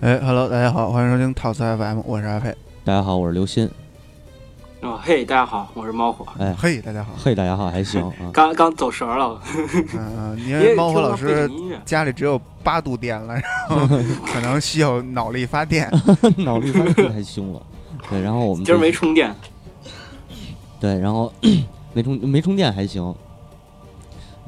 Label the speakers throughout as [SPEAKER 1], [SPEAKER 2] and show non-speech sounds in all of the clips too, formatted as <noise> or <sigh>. [SPEAKER 1] 哎，Hello，大家好，欢迎收听 Talks FM，我是阿佩。
[SPEAKER 2] 大家好，我是刘鑫。
[SPEAKER 3] 哦，嘿，大家好，我是猫火。
[SPEAKER 2] 哎，
[SPEAKER 1] 嘿，大
[SPEAKER 2] <laughs>
[SPEAKER 1] 家好。
[SPEAKER 2] 嘿，大家好，还行啊。
[SPEAKER 3] 刚刚走神儿了，
[SPEAKER 1] 嗯、嗯，因
[SPEAKER 3] 因
[SPEAKER 1] 为
[SPEAKER 3] 为
[SPEAKER 1] 猫
[SPEAKER 3] 听
[SPEAKER 1] 和
[SPEAKER 3] 不
[SPEAKER 1] 老
[SPEAKER 3] 到背
[SPEAKER 1] 师
[SPEAKER 3] 景音乐。
[SPEAKER 1] 家里只有八度电了，然
[SPEAKER 2] <laughs>
[SPEAKER 1] 后可能需要脑力发电。
[SPEAKER 2] 脑力翻车太凶了。 <laughs> 对，然后我们
[SPEAKER 3] 今儿没
[SPEAKER 2] 这
[SPEAKER 3] 充电，
[SPEAKER 2] 对，然后 <coughs> 没充没充电还行。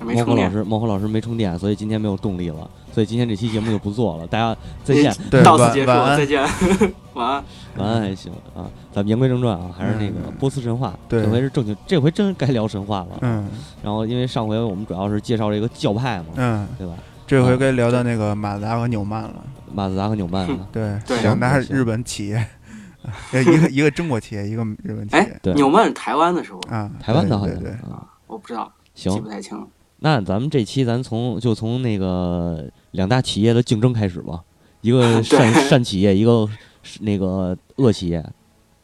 [SPEAKER 3] 没
[SPEAKER 2] 猫
[SPEAKER 3] 充
[SPEAKER 2] 火老
[SPEAKER 3] 电。
[SPEAKER 2] 师，猫火老师没充电，所以今天没有动力了，所以今天这期节目就不做了。大家再见，
[SPEAKER 1] 对，
[SPEAKER 3] 到此
[SPEAKER 1] 晚
[SPEAKER 3] 结束，
[SPEAKER 1] 晚安
[SPEAKER 3] 再见，
[SPEAKER 1] <laughs>
[SPEAKER 3] <laughs> 晚安。
[SPEAKER 2] 晚安还行啊。咱们言归正传啊，还是那个
[SPEAKER 1] 嗯
[SPEAKER 2] 波斯神话。
[SPEAKER 1] 对
[SPEAKER 2] 这回是正经，这回真该聊神话了。
[SPEAKER 1] 嗯
[SPEAKER 2] 然后因为上回我们主要是介绍这个教派嘛，
[SPEAKER 1] 嗯，
[SPEAKER 2] 对吧？
[SPEAKER 1] 这回该聊到那个马自达和纽曼了。
[SPEAKER 2] 马自达和纽曼
[SPEAKER 1] <laughs>
[SPEAKER 2] 啊。
[SPEAKER 1] 对，
[SPEAKER 3] 对
[SPEAKER 1] 两大
[SPEAKER 2] 行
[SPEAKER 1] 日本企业， <laughs> 呃一
[SPEAKER 2] <laughs>
[SPEAKER 1] 个一个中国企业，一个日本企业
[SPEAKER 3] 哎
[SPEAKER 2] 对，
[SPEAKER 3] 纽曼是台湾的时候，
[SPEAKER 1] 啊，
[SPEAKER 2] 哎台湾的好
[SPEAKER 1] 对
[SPEAKER 2] 像
[SPEAKER 1] 对对，
[SPEAKER 2] 啊，
[SPEAKER 3] 我不知道，记
[SPEAKER 2] 行
[SPEAKER 3] 不，太清了。
[SPEAKER 2] 那咱们这期咱从就从那个两大企业的竞争开始吧，一个善
[SPEAKER 3] 对
[SPEAKER 2] 善企业，一个是那个恶企业。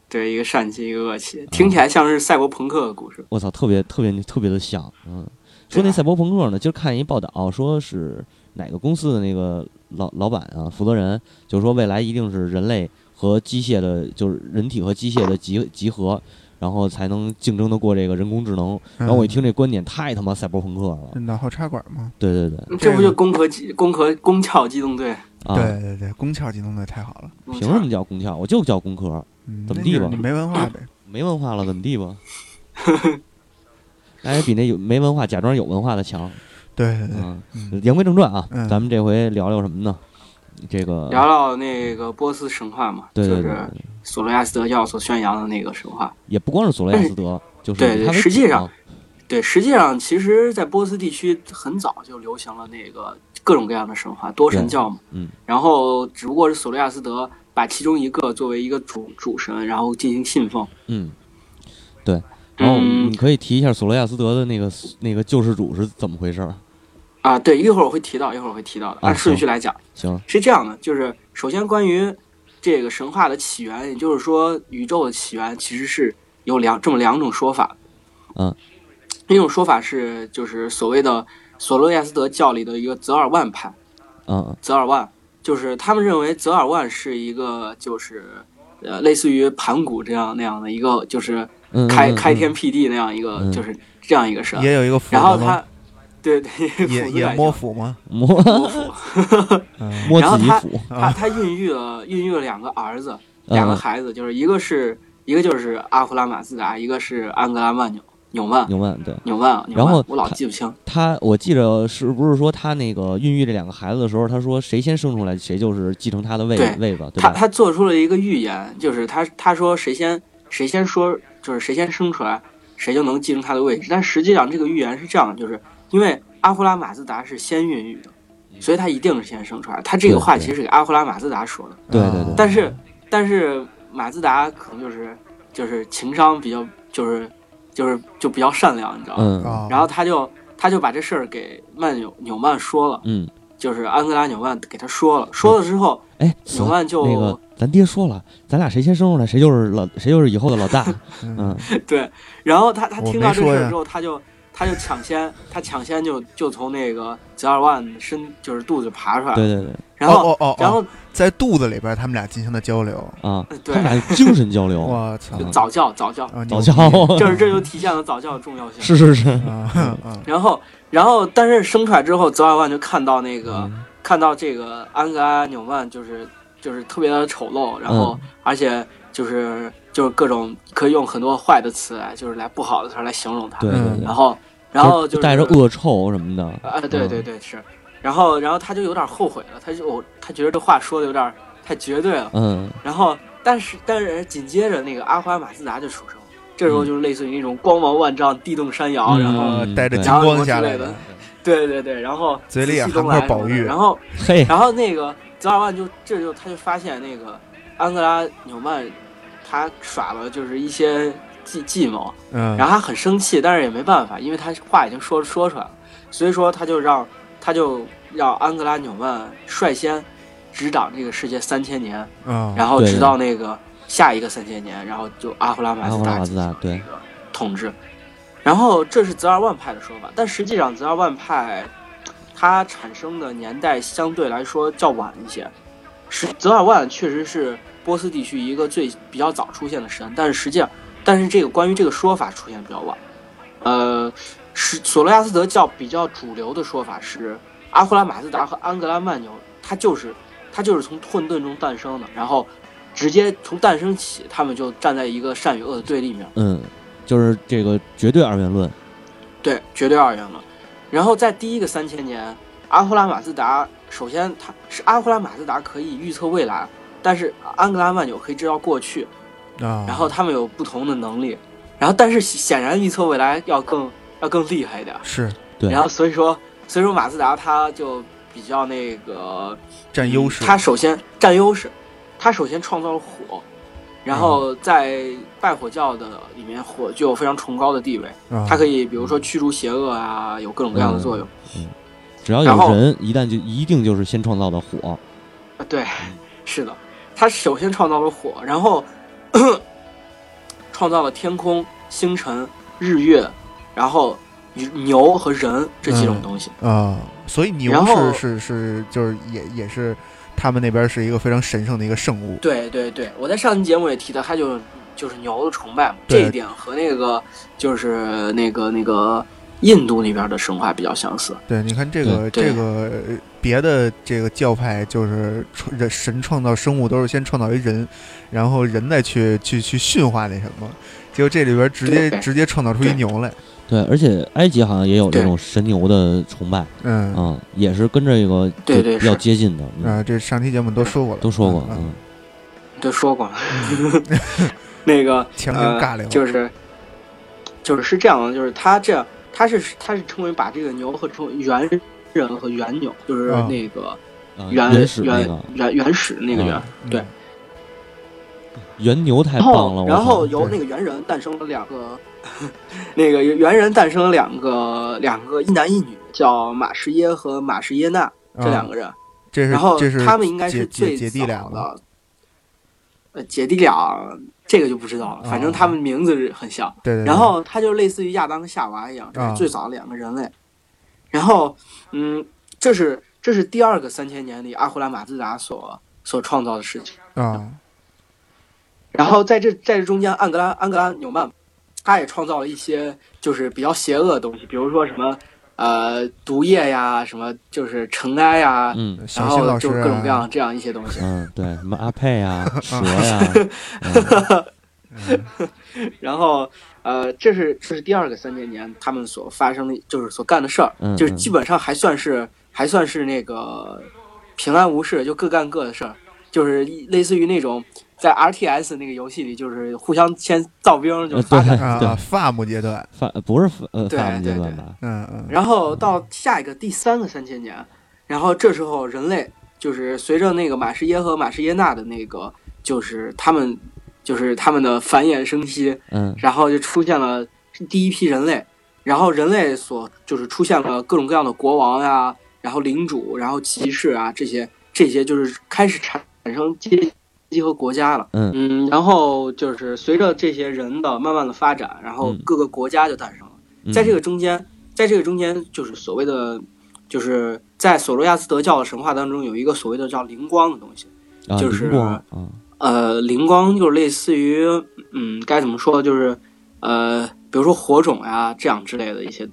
[SPEAKER 3] 对，一个善期，一个恶期，听起来像是赛博朋克的故事。
[SPEAKER 2] 我操，特别特别特别的像，嗯。说那赛博朋克呢，今儿看一报道，说是哪个公司的那个老老板啊，负责人，就说未来一定是人类和机械的，就是人体和机械的集集合，然后才能竞争得过这个人工智能。
[SPEAKER 1] 嗯
[SPEAKER 2] 然后我一听这观点，太他妈赛博朋克了。
[SPEAKER 1] 脑后插管嘛，
[SPEAKER 2] 对对对，
[SPEAKER 3] 这
[SPEAKER 1] 这
[SPEAKER 3] 不就
[SPEAKER 1] 个
[SPEAKER 3] 攻壳机、攻壳、攻壳机动队？
[SPEAKER 2] 啊，
[SPEAKER 1] 对对对，工壳机动队太好了，
[SPEAKER 3] 攻壳
[SPEAKER 2] 凭什么叫工壳？我就叫工壳。
[SPEAKER 1] 嗯，
[SPEAKER 2] 怎么
[SPEAKER 1] 那
[SPEAKER 2] 地
[SPEAKER 1] 就是
[SPEAKER 2] 吧
[SPEAKER 1] 你没文化呗，
[SPEAKER 2] 没文化了，怎么地吧？ <laughs> 那也比那有没文化假装有文化的强。
[SPEAKER 1] 对对对，
[SPEAKER 2] 嗯，
[SPEAKER 1] 嗯
[SPEAKER 2] 言归正传啊，
[SPEAKER 1] 嗯
[SPEAKER 2] 咱们这回聊聊什么呢？这个
[SPEAKER 3] 聊聊那个波斯神话嘛，
[SPEAKER 2] 对对
[SPEAKER 3] 就
[SPEAKER 2] 对，
[SPEAKER 3] 是索罗亚斯德教所宣扬的那个神话。
[SPEAKER 2] 也不光是索罗亚斯
[SPEAKER 3] <laughs>
[SPEAKER 2] 德，就是
[SPEAKER 3] 对对
[SPEAKER 2] 他为啊
[SPEAKER 3] 实际
[SPEAKER 2] 主
[SPEAKER 3] 上
[SPEAKER 2] 嘛
[SPEAKER 3] 对，实际上，其实，在波斯地区很早就流行了那个各种各样的神话，多神教嘛。
[SPEAKER 2] 嗯。
[SPEAKER 3] 然后，只不过是索罗亚斯德把其中一个作为一个主主神，然后进行信奉。
[SPEAKER 2] 嗯，对。然后
[SPEAKER 3] 嗯
[SPEAKER 2] 你可以提一下索罗亚斯德的那个那个救世主是怎么回事儿？
[SPEAKER 3] 啊，对，一会儿我会提到，一会儿我会提到的。
[SPEAKER 2] 啊
[SPEAKER 3] 按顺序来讲，
[SPEAKER 2] 行，
[SPEAKER 3] 是这样的，就是首先关于这个神话的起源，也就是说宇宙的起源，其实是有两这么两种说法。
[SPEAKER 2] 嗯，
[SPEAKER 3] 一种说法是就是所谓的索罗亚斯德教里的一个泽尔万派。
[SPEAKER 2] 嗯
[SPEAKER 3] 泽尔万，就是他们认为泽尔万是一个就是呃类似于盘古这样那样的一个就是
[SPEAKER 2] 嗯，
[SPEAKER 3] 开
[SPEAKER 2] 嗯
[SPEAKER 3] 开天，辟地那样一个、
[SPEAKER 2] 嗯
[SPEAKER 3] 就是这样一个神，
[SPEAKER 1] 也有一个斧
[SPEAKER 3] 然后
[SPEAKER 1] 子吗？
[SPEAKER 3] 他对对
[SPEAKER 1] 也也摸
[SPEAKER 3] 摸
[SPEAKER 1] 斧吗？
[SPEAKER 2] 嗯摸
[SPEAKER 3] 摸斧，
[SPEAKER 1] <laughs> 嗯
[SPEAKER 2] 摸
[SPEAKER 3] 然后
[SPEAKER 2] 自己
[SPEAKER 3] 他
[SPEAKER 2] 腹，
[SPEAKER 3] 他他孕育了孕育了两个儿子，两个
[SPEAKER 2] 嗯，
[SPEAKER 3] 孩子，就是一个是一个就是阿弗拉马斯达，一个是安格拉曼纽纽曼
[SPEAKER 2] 明白对。
[SPEAKER 3] 纽曼，纽
[SPEAKER 2] 然
[SPEAKER 3] 曼
[SPEAKER 2] 后
[SPEAKER 3] 我老
[SPEAKER 2] 他
[SPEAKER 3] 记不清，
[SPEAKER 2] 他我记着是不是说他那个孕育这两个孩子的时候，他说谁先生出来谁就是继承他的位
[SPEAKER 3] 对
[SPEAKER 2] 位子，对
[SPEAKER 3] 他
[SPEAKER 2] 吧？
[SPEAKER 3] 他做出了一个预言，就是他他说谁先谁先说，就是谁先生出来，谁就能继承他的位置。但实际上这个预言是这样的，就是因为阿胡拉马自达是先孕育的，所以他一定是先生出来。他这个
[SPEAKER 2] 对
[SPEAKER 3] 话
[SPEAKER 2] 对
[SPEAKER 3] 其实是给阿胡拉马自达说的，
[SPEAKER 2] 对对
[SPEAKER 1] 嗯
[SPEAKER 2] 对
[SPEAKER 3] 但是但是马自达可能就是就是情商比较就是就是就比较善良，你知道吗？
[SPEAKER 2] 嗯
[SPEAKER 1] 啊，
[SPEAKER 3] 然后他就他就把这事儿给曼纽纽曼说了，
[SPEAKER 2] 嗯，
[SPEAKER 3] 就是安格拉纽曼给他说了，说了之后，
[SPEAKER 2] 哎，
[SPEAKER 3] 纽
[SPEAKER 2] 行，
[SPEAKER 3] 曼就
[SPEAKER 2] 那个咱爹说了，咱俩谁先生出来谁就是老谁就是以后的老
[SPEAKER 3] <laughs>
[SPEAKER 2] 大。
[SPEAKER 1] 嗯
[SPEAKER 2] 嗯，
[SPEAKER 3] 对，然后他他
[SPEAKER 1] 我
[SPEAKER 3] 听
[SPEAKER 1] 没
[SPEAKER 3] 到这
[SPEAKER 1] 说
[SPEAKER 3] 事
[SPEAKER 1] 呀
[SPEAKER 3] 儿之后，他就他就抢先他抢先就就从那个泽尔万身就是肚子爬出来，
[SPEAKER 2] 对对对
[SPEAKER 3] 然后、
[SPEAKER 1] 哦哦哦，
[SPEAKER 3] 然后
[SPEAKER 1] 在肚子里边他们俩进行的交流，
[SPEAKER 2] 啊，
[SPEAKER 3] 对
[SPEAKER 2] 他们俩精神交流，
[SPEAKER 1] 我操
[SPEAKER 3] 就，早教早教，
[SPEAKER 1] 啊
[SPEAKER 2] 哦早
[SPEAKER 1] 牛
[SPEAKER 2] 教
[SPEAKER 1] 逼
[SPEAKER 3] <laughs> 就是这就体现了早教的重要性。
[SPEAKER 2] 哦是是是，
[SPEAKER 1] 啊啊
[SPEAKER 3] 然后然后但是生出来之后，泽尔万就看到那个、啊
[SPEAKER 2] 嗯
[SPEAKER 3] 看到这个安格拉纽曼就是就是特别的丑陋，然后、
[SPEAKER 2] 嗯
[SPEAKER 3] 而且就是就是各种可以用很多坏的词来就是来不好的词儿来形容他，
[SPEAKER 2] 对对
[SPEAKER 1] 嗯
[SPEAKER 2] 对
[SPEAKER 3] 然，后然后
[SPEAKER 2] 就
[SPEAKER 3] 就是
[SPEAKER 2] 带着恶臭什么的，
[SPEAKER 3] 啊，对
[SPEAKER 1] 嗯
[SPEAKER 3] 对对，是。然后，然后他就有点后悔了，他就我他觉得这话说的有点太绝对了。
[SPEAKER 2] 嗯，
[SPEAKER 3] 然后，但是但是紧接着那个阿花马自达就出生了，
[SPEAKER 1] 嗯
[SPEAKER 3] 这时候就是类似于那种光芒万丈、地动山摇，
[SPEAKER 2] 嗯
[SPEAKER 3] 然后
[SPEAKER 1] 啊，带着金
[SPEAKER 3] 然后
[SPEAKER 1] 光
[SPEAKER 3] 什么
[SPEAKER 1] 下
[SPEAKER 3] 之
[SPEAKER 1] 来
[SPEAKER 3] 类的，对对对，然后
[SPEAKER 1] 嘴里也
[SPEAKER 3] 紫气东
[SPEAKER 1] 含块
[SPEAKER 3] 来什么
[SPEAKER 1] 宝
[SPEAKER 3] 的
[SPEAKER 1] 玉
[SPEAKER 3] 然后 <laughs>
[SPEAKER 2] 嘿，
[SPEAKER 3] 然后那个泽尔万就这就他就发现那个安格拉纽曼他耍了就是一些计计谋，
[SPEAKER 1] 嗯，
[SPEAKER 3] 然后他很生气，但是也没办法，因为他话已经说说出来了，所以说他就让他就让安格拉纽曼率先执掌这个世界三千年，
[SPEAKER 1] 啊，
[SPEAKER 3] 然后
[SPEAKER 2] 对
[SPEAKER 3] 直到那个下一个三千年，然后就阿胡拉马
[SPEAKER 2] 阿
[SPEAKER 3] 斯
[SPEAKER 2] 弗拉
[SPEAKER 3] 达
[SPEAKER 2] 马自达，对，
[SPEAKER 3] 统治。然后这是泽尔万派的说法，但实际上泽尔万派它产生的年代相对来说较晚一些，是泽尔万确实是波斯地区一个最比较早出现的神，但是实际上，但是这个关于这个说法出现比较晚。呃，是索罗亚斯德教比较主流的说法是，阿胡拉马自达和安格拉曼纽，他就是他就是从混沌中诞生的，然后直接从诞生起，他们就站在一个善与恶的对立面。
[SPEAKER 2] 嗯，就是这个绝对二元论，
[SPEAKER 3] 对，绝对二元论。然后在第一个三千年，阿胡拉马自达首先他是阿胡拉马自达可以预测未来，但是安格拉曼纽可以知道过去，
[SPEAKER 1] 啊，
[SPEAKER 3] 然后他们有不同的能力，然后但是显然预测未来要更要更厉害一点。
[SPEAKER 1] 是
[SPEAKER 2] 对
[SPEAKER 3] 然后所以说所以说马自达他就比较那个
[SPEAKER 1] 占优势，
[SPEAKER 3] 他首先占优势，他首先创造了火，然后在拜火教的里面，火具有非常崇高的地位。
[SPEAKER 1] 啊嗯
[SPEAKER 3] 它可以比如说驱逐邪恶啊，有各种各样的作用。
[SPEAKER 2] 只要
[SPEAKER 3] 然
[SPEAKER 2] 有
[SPEAKER 3] 后
[SPEAKER 2] 人，一旦就一定就是先创造的火，
[SPEAKER 3] 啊，对， <laughs> 是的，它首先创造了火，然后 <coughs> 创造了天空、星辰、日月，然后牛和人这几种东西。
[SPEAKER 1] 啊，所以牛
[SPEAKER 3] 然后
[SPEAKER 1] 是是是就是也也是他们那边是一个非常神圣的一个圣物，
[SPEAKER 3] 对对对，我在上期节目也提到，它就就是牛的崇拜嘛，这
[SPEAKER 1] 对
[SPEAKER 3] 一点和那个就是那个那个印度那边的神话比较相似。
[SPEAKER 1] 对，你看这个
[SPEAKER 3] 对
[SPEAKER 1] 这个呃别的这个教派，就是创人神创造生物都是先创造一人，然后人再去去去驯化那什么，结果这里边直接
[SPEAKER 3] 对
[SPEAKER 1] 直接创造出一
[SPEAKER 3] 对
[SPEAKER 1] 牛来，
[SPEAKER 2] 对，而且埃及好像也有这
[SPEAKER 3] 对
[SPEAKER 2] 种神牛的崇拜
[SPEAKER 1] 嗯啊、
[SPEAKER 2] 啊，也是跟这个
[SPEAKER 3] 对
[SPEAKER 2] 就
[SPEAKER 3] 对
[SPEAKER 2] 要
[SPEAKER 3] 是
[SPEAKER 2] 接近的，嗯
[SPEAKER 1] 这上期节目都说过了，
[SPEAKER 2] 都说过，
[SPEAKER 1] 嗯，
[SPEAKER 2] 嗯，
[SPEAKER 3] 对，说过了， <laughs> 那个
[SPEAKER 1] 强行尬聊，
[SPEAKER 3] 呃，就是就是是这样的，就是他这样，他是他是称为把这个牛和称为猿人和猿牛，就是
[SPEAKER 1] 啊
[SPEAKER 3] 那个
[SPEAKER 2] 啊
[SPEAKER 3] 原
[SPEAKER 2] 原始那
[SPEAKER 3] 原
[SPEAKER 2] 个
[SPEAKER 3] 原原始那个猿
[SPEAKER 2] 啊，
[SPEAKER 1] 嗯
[SPEAKER 3] 对
[SPEAKER 2] 原牛太
[SPEAKER 3] 然
[SPEAKER 2] 棒了，
[SPEAKER 3] 后
[SPEAKER 2] 我
[SPEAKER 3] 然后
[SPEAKER 2] 操
[SPEAKER 3] 由那个猿人诞生了两个， <laughs> 那个猿人诞生了两个两个一男一女，叫马士耶和马士耶娜这两
[SPEAKER 1] 啊
[SPEAKER 3] 个人，
[SPEAKER 1] 这是
[SPEAKER 3] 然后
[SPEAKER 1] 这是
[SPEAKER 3] 他们应该是
[SPEAKER 1] 姐姐
[SPEAKER 3] 最
[SPEAKER 1] 姐弟
[SPEAKER 3] 早
[SPEAKER 1] 俩吗？
[SPEAKER 3] 的，呃，姐弟俩这个就不知道了，反正
[SPEAKER 1] 啊
[SPEAKER 3] 他们名字是很像。
[SPEAKER 1] 对对，对
[SPEAKER 3] 然后它就类似于亚当和夏娃一样，这
[SPEAKER 1] 嗯啊
[SPEAKER 3] 是最早的两个人类。然后，嗯，这是这是第二个三千年里阿胡拉马自达所所创造的事情。
[SPEAKER 1] 啊
[SPEAKER 3] 然后在这在这中间，安格拉安格拉纽曼，他也创造了一些就是比较邪恶的东西，比如说什么呃毒液呀，什么就是尘埃呀，
[SPEAKER 2] 嗯
[SPEAKER 1] 小
[SPEAKER 3] 然
[SPEAKER 1] 新老
[SPEAKER 3] 后
[SPEAKER 1] 师
[SPEAKER 3] 就是各种
[SPEAKER 1] 啊
[SPEAKER 3] 各样这样一些东西。
[SPEAKER 2] 嗯，对，什么阿佩啊，蛇
[SPEAKER 3] <laughs>
[SPEAKER 2] 呀，嗯
[SPEAKER 3] 然后，呃，这是这是第二个三千年他们所发生的，就是所干的事儿，
[SPEAKER 2] 嗯
[SPEAKER 3] 就是基本上还算是还算是那个平安无事，就各干各的事儿，就是一类似于那种在 RTS 那个游戏里，就是互相先造兵就
[SPEAKER 2] 呃
[SPEAKER 3] 发展。
[SPEAKER 2] <laughs> 对
[SPEAKER 1] 啊啊，farm 阶段，
[SPEAKER 2] 发不是发呃
[SPEAKER 3] 对
[SPEAKER 2] 发明阶
[SPEAKER 3] 对
[SPEAKER 2] 段
[SPEAKER 3] 对
[SPEAKER 2] 吧？
[SPEAKER 1] 嗯嗯
[SPEAKER 3] 然后到下一个第三个三千年，然后这时候人类就是随着那个马士耶和马士耶娜的那个，就是他们就是他们的繁衍生息，
[SPEAKER 2] 嗯
[SPEAKER 3] 然后就出现了第一批人类，然后人类所就是出现了各种各样的国王呀、然后领主，然后骑士啊这些这些就是开始产生阶级和国家了。
[SPEAKER 2] 嗯
[SPEAKER 3] 嗯，然后就是随着这些人的慢慢的发展，然后
[SPEAKER 2] 嗯
[SPEAKER 3] 各个国家就诞生了。
[SPEAKER 2] 嗯，
[SPEAKER 3] 在这个中间，在这个中间就是所谓的，就是在索罗亚斯德教的神话当中有一个所谓的叫灵光的东西。
[SPEAKER 2] 啊
[SPEAKER 3] 就是
[SPEAKER 2] 灵光啊，
[SPEAKER 3] 呃，灵光就是类似于，嗯，该怎么说，就是，呃，比如说火种呀、这样之类的一些，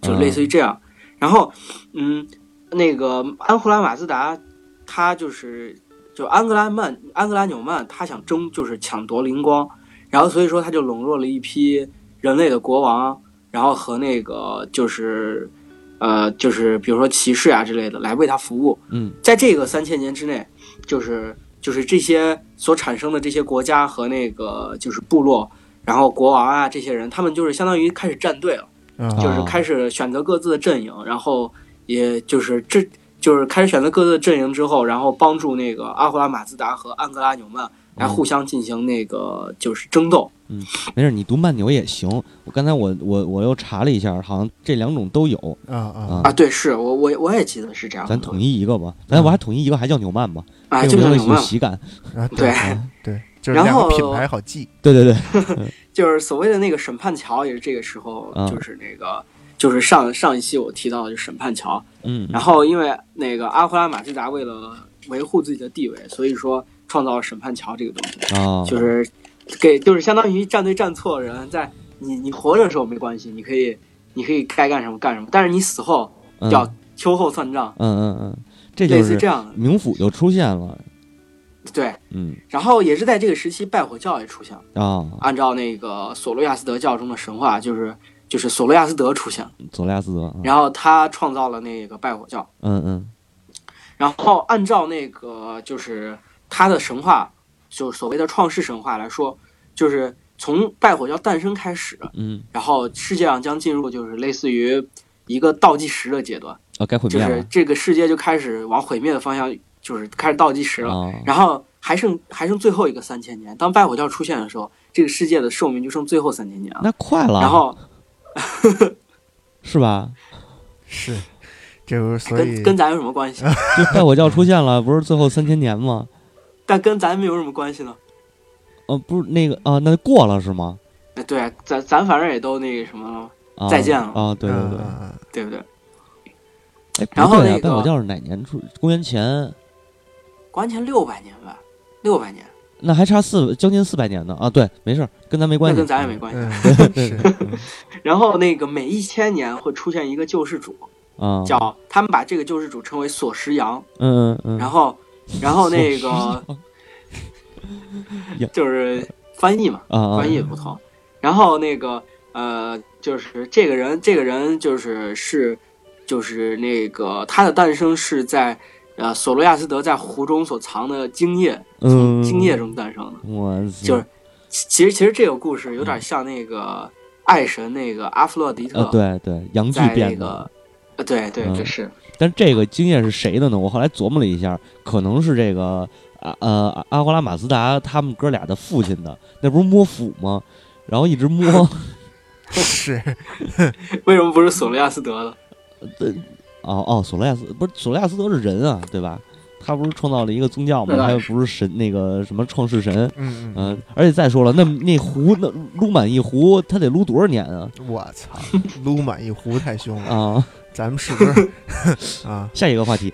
[SPEAKER 3] 就类似于这样。然后，嗯，那个安胡拉马自达，他就是就安格拉曼安格拉纽曼，他想争就是抢夺灵光，然后所以说他就笼络了一批人类的国王，然后和那个就是，呃，就是比如说骑士啊之类的来为他服务。
[SPEAKER 2] 嗯
[SPEAKER 3] 在这个三千年之内，就是就是这些所产生的这些国家和那个就是部落，然后国王啊这些人，他们就是相当于开始站队了，
[SPEAKER 1] 嗯，
[SPEAKER 3] 就是
[SPEAKER 2] 啊
[SPEAKER 3] 开始选择各自的阵营，然后也就是这就是开始选择各自的阵营之后，然后帮助那个阿胡拉马自达和安格拉纽曼来互相进行那个就是争斗。
[SPEAKER 2] 没事，你读慢牛也行。我刚才我我我又查了一下，好像这两种都有
[SPEAKER 1] 啊啊
[SPEAKER 2] 啊
[SPEAKER 3] 啊，。对，是我我我也记得是这样的。
[SPEAKER 2] 咱统一一个吧，咱我还统一一个，还叫纽曼吧，
[SPEAKER 3] 啊，
[SPEAKER 2] 这
[SPEAKER 3] 就
[SPEAKER 2] 个
[SPEAKER 3] 是
[SPEAKER 2] 名
[SPEAKER 3] 纽
[SPEAKER 2] 字有
[SPEAKER 3] 曼，
[SPEAKER 2] 喜感。
[SPEAKER 1] 啊，
[SPEAKER 3] 对
[SPEAKER 1] 啊对，就是两
[SPEAKER 3] 然
[SPEAKER 1] 个
[SPEAKER 3] 后
[SPEAKER 1] 品牌好记，
[SPEAKER 2] 对对对，
[SPEAKER 3] 就是所谓的那个审判桥，也是这个时候
[SPEAKER 2] 啊，
[SPEAKER 3] 就是那个就是上上一期我提到的就是审判桥。
[SPEAKER 2] 嗯，
[SPEAKER 3] 然后因为那个阿胡拉马自达为了维护自己的地位，所以说创造了审判桥这个东西，
[SPEAKER 2] 啊，
[SPEAKER 3] 就是给就是相当于站对站错人，在你你活着的时候没关系，你可以你可以该干什么干什么，但是你死后
[SPEAKER 2] 嗯
[SPEAKER 3] 要秋后算账，
[SPEAKER 2] 嗯嗯嗯，这就
[SPEAKER 3] 类似
[SPEAKER 2] 是
[SPEAKER 3] 这样的，
[SPEAKER 2] 冥府就出现了，
[SPEAKER 3] 对。
[SPEAKER 2] 嗯
[SPEAKER 3] 然后也是在这个时期，拜火教也出现了。
[SPEAKER 2] 啊，
[SPEAKER 3] 按照那个索罗亚斯德教中的神话，就是就是索罗亚斯德出现了，
[SPEAKER 2] 佐利亚斯德，
[SPEAKER 3] 然后他创造了那个拜火教。
[SPEAKER 2] 嗯嗯
[SPEAKER 3] 然后按照那个就是他的神话，就是所谓的创世神话来说，就是从拜火教诞生开始，
[SPEAKER 2] 嗯，
[SPEAKER 3] 然后世界上将进入就是类似于一个倒计时的阶段，
[SPEAKER 2] 啊，该毁
[SPEAKER 3] 就
[SPEAKER 2] 灭
[SPEAKER 3] 是
[SPEAKER 2] 了
[SPEAKER 3] 这个世界就开始往毁灭的方向，就是开始倒计时了。
[SPEAKER 2] 啊，
[SPEAKER 3] 然后还剩还剩最后一个三千年，当拜火教出现的时候，这个世界的寿命就剩最后三千年了。
[SPEAKER 2] 那快了，
[SPEAKER 3] 然后
[SPEAKER 2] 是吧？
[SPEAKER 1] 是，这不是所以
[SPEAKER 3] 跟跟咱有什么关系？
[SPEAKER 2] 就拜火教出现
[SPEAKER 3] <laughs>
[SPEAKER 2] 了，不是最后三千年吗？
[SPEAKER 3] 但跟咱们有什么关系呢？
[SPEAKER 2] 呃，不是那个啊，那过了是吗？
[SPEAKER 3] 哎对，咱咱反正也都那个什么了，
[SPEAKER 2] 啊，
[SPEAKER 3] 再见了
[SPEAKER 2] 啊！对对对，
[SPEAKER 1] 啊
[SPEAKER 3] 对不对？
[SPEAKER 2] 哎，不
[SPEAKER 3] 然后
[SPEAKER 2] 对啊
[SPEAKER 3] 那
[SPEAKER 2] 拜火
[SPEAKER 3] 个
[SPEAKER 2] 教是哪年出？公元前，
[SPEAKER 3] 关前六百年吧，六百年，
[SPEAKER 2] 那还差四将近四百年呢啊！对，没事儿，跟咱没关
[SPEAKER 3] 那
[SPEAKER 2] 系，
[SPEAKER 3] 跟咱也没关系。
[SPEAKER 1] 嗯，
[SPEAKER 2] 对
[SPEAKER 1] 是
[SPEAKER 3] <laughs> 然后那个每一千年会出现一个救世主，
[SPEAKER 2] 啊，
[SPEAKER 3] 叫他们把这个救世主称为索石羊，
[SPEAKER 2] 嗯嗯啊嗯，
[SPEAKER 3] 然
[SPEAKER 2] 后
[SPEAKER 3] 后然后
[SPEAKER 2] <laughs>
[SPEAKER 3] 那个
[SPEAKER 2] 呀
[SPEAKER 3] 就是翻译嘛，
[SPEAKER 2] 啊啊
[SPEAKER 3] 翻译也不同。然后那个呃，就是这个人，这个人就是是就是那个他的诞生是在呃索罗亚斯德在湖中所藏的精液，
[SPEAKER 2] 嗯，
[SPEAKER 3] 从精液中诞生的。
[SPEAKER 2] 我操
[SPEAKER 3] 就是其其实其实这个故事有点像那个爱神那个阿弗洛狄
[SPEAKER 2] 嗯呃，
[SPEAKER 3] 特
[SPEAKER 2] 对对，阳具
[SPEAKER 3] 在那
[SPEAKER 2] 变
[SPEAKER 3] 个
[SPEAKER 2] 的。
[SPEAKER 3] 呃对对
[SPEAKER 2] 嗯
[SPEAKER 3] 这是
[SPEAKER 2] 但这个经验是谁的呢？我后来琢磨了一下，可能是这个啊呃阿阿瓜拉马斯达他们哥俩的父亲的，那不是摸斧吗？然后一直
[SPEAKER 3] <laughs>
[SPEAKER 2] 摸
[SPEAKER 1] 是，
[SPEAKER 3] 为什么不是索罗亚斯德的？
[SPEAKER 2] 哦哦，索罗亚斯不是索罗亚斯德是人啊，对吧？他不是创造了一个宗教吗？
[SPEAKER 3] 那当
[SPEAKER 2] 他又
[SPEAKER 3] 然
[SPEAKER 2] 不是神，那个什么创世神，
[SPEAKER 1] 嗯嗯，
[SPEAKER 2] 嗯、而且再说了，那那壶那撸满一壶，他得撸多少年啊？
[SPEAKER 1] 我操，撸满一壶太凶了，
[SPEAKER 2] 啊，
[SPEAKER 1] 咱们是不是 <laughs>
[SPEAKER 2] <laughs>
[SPEAKER 1] 啊？
[SPEAKER 2] 下一个话题，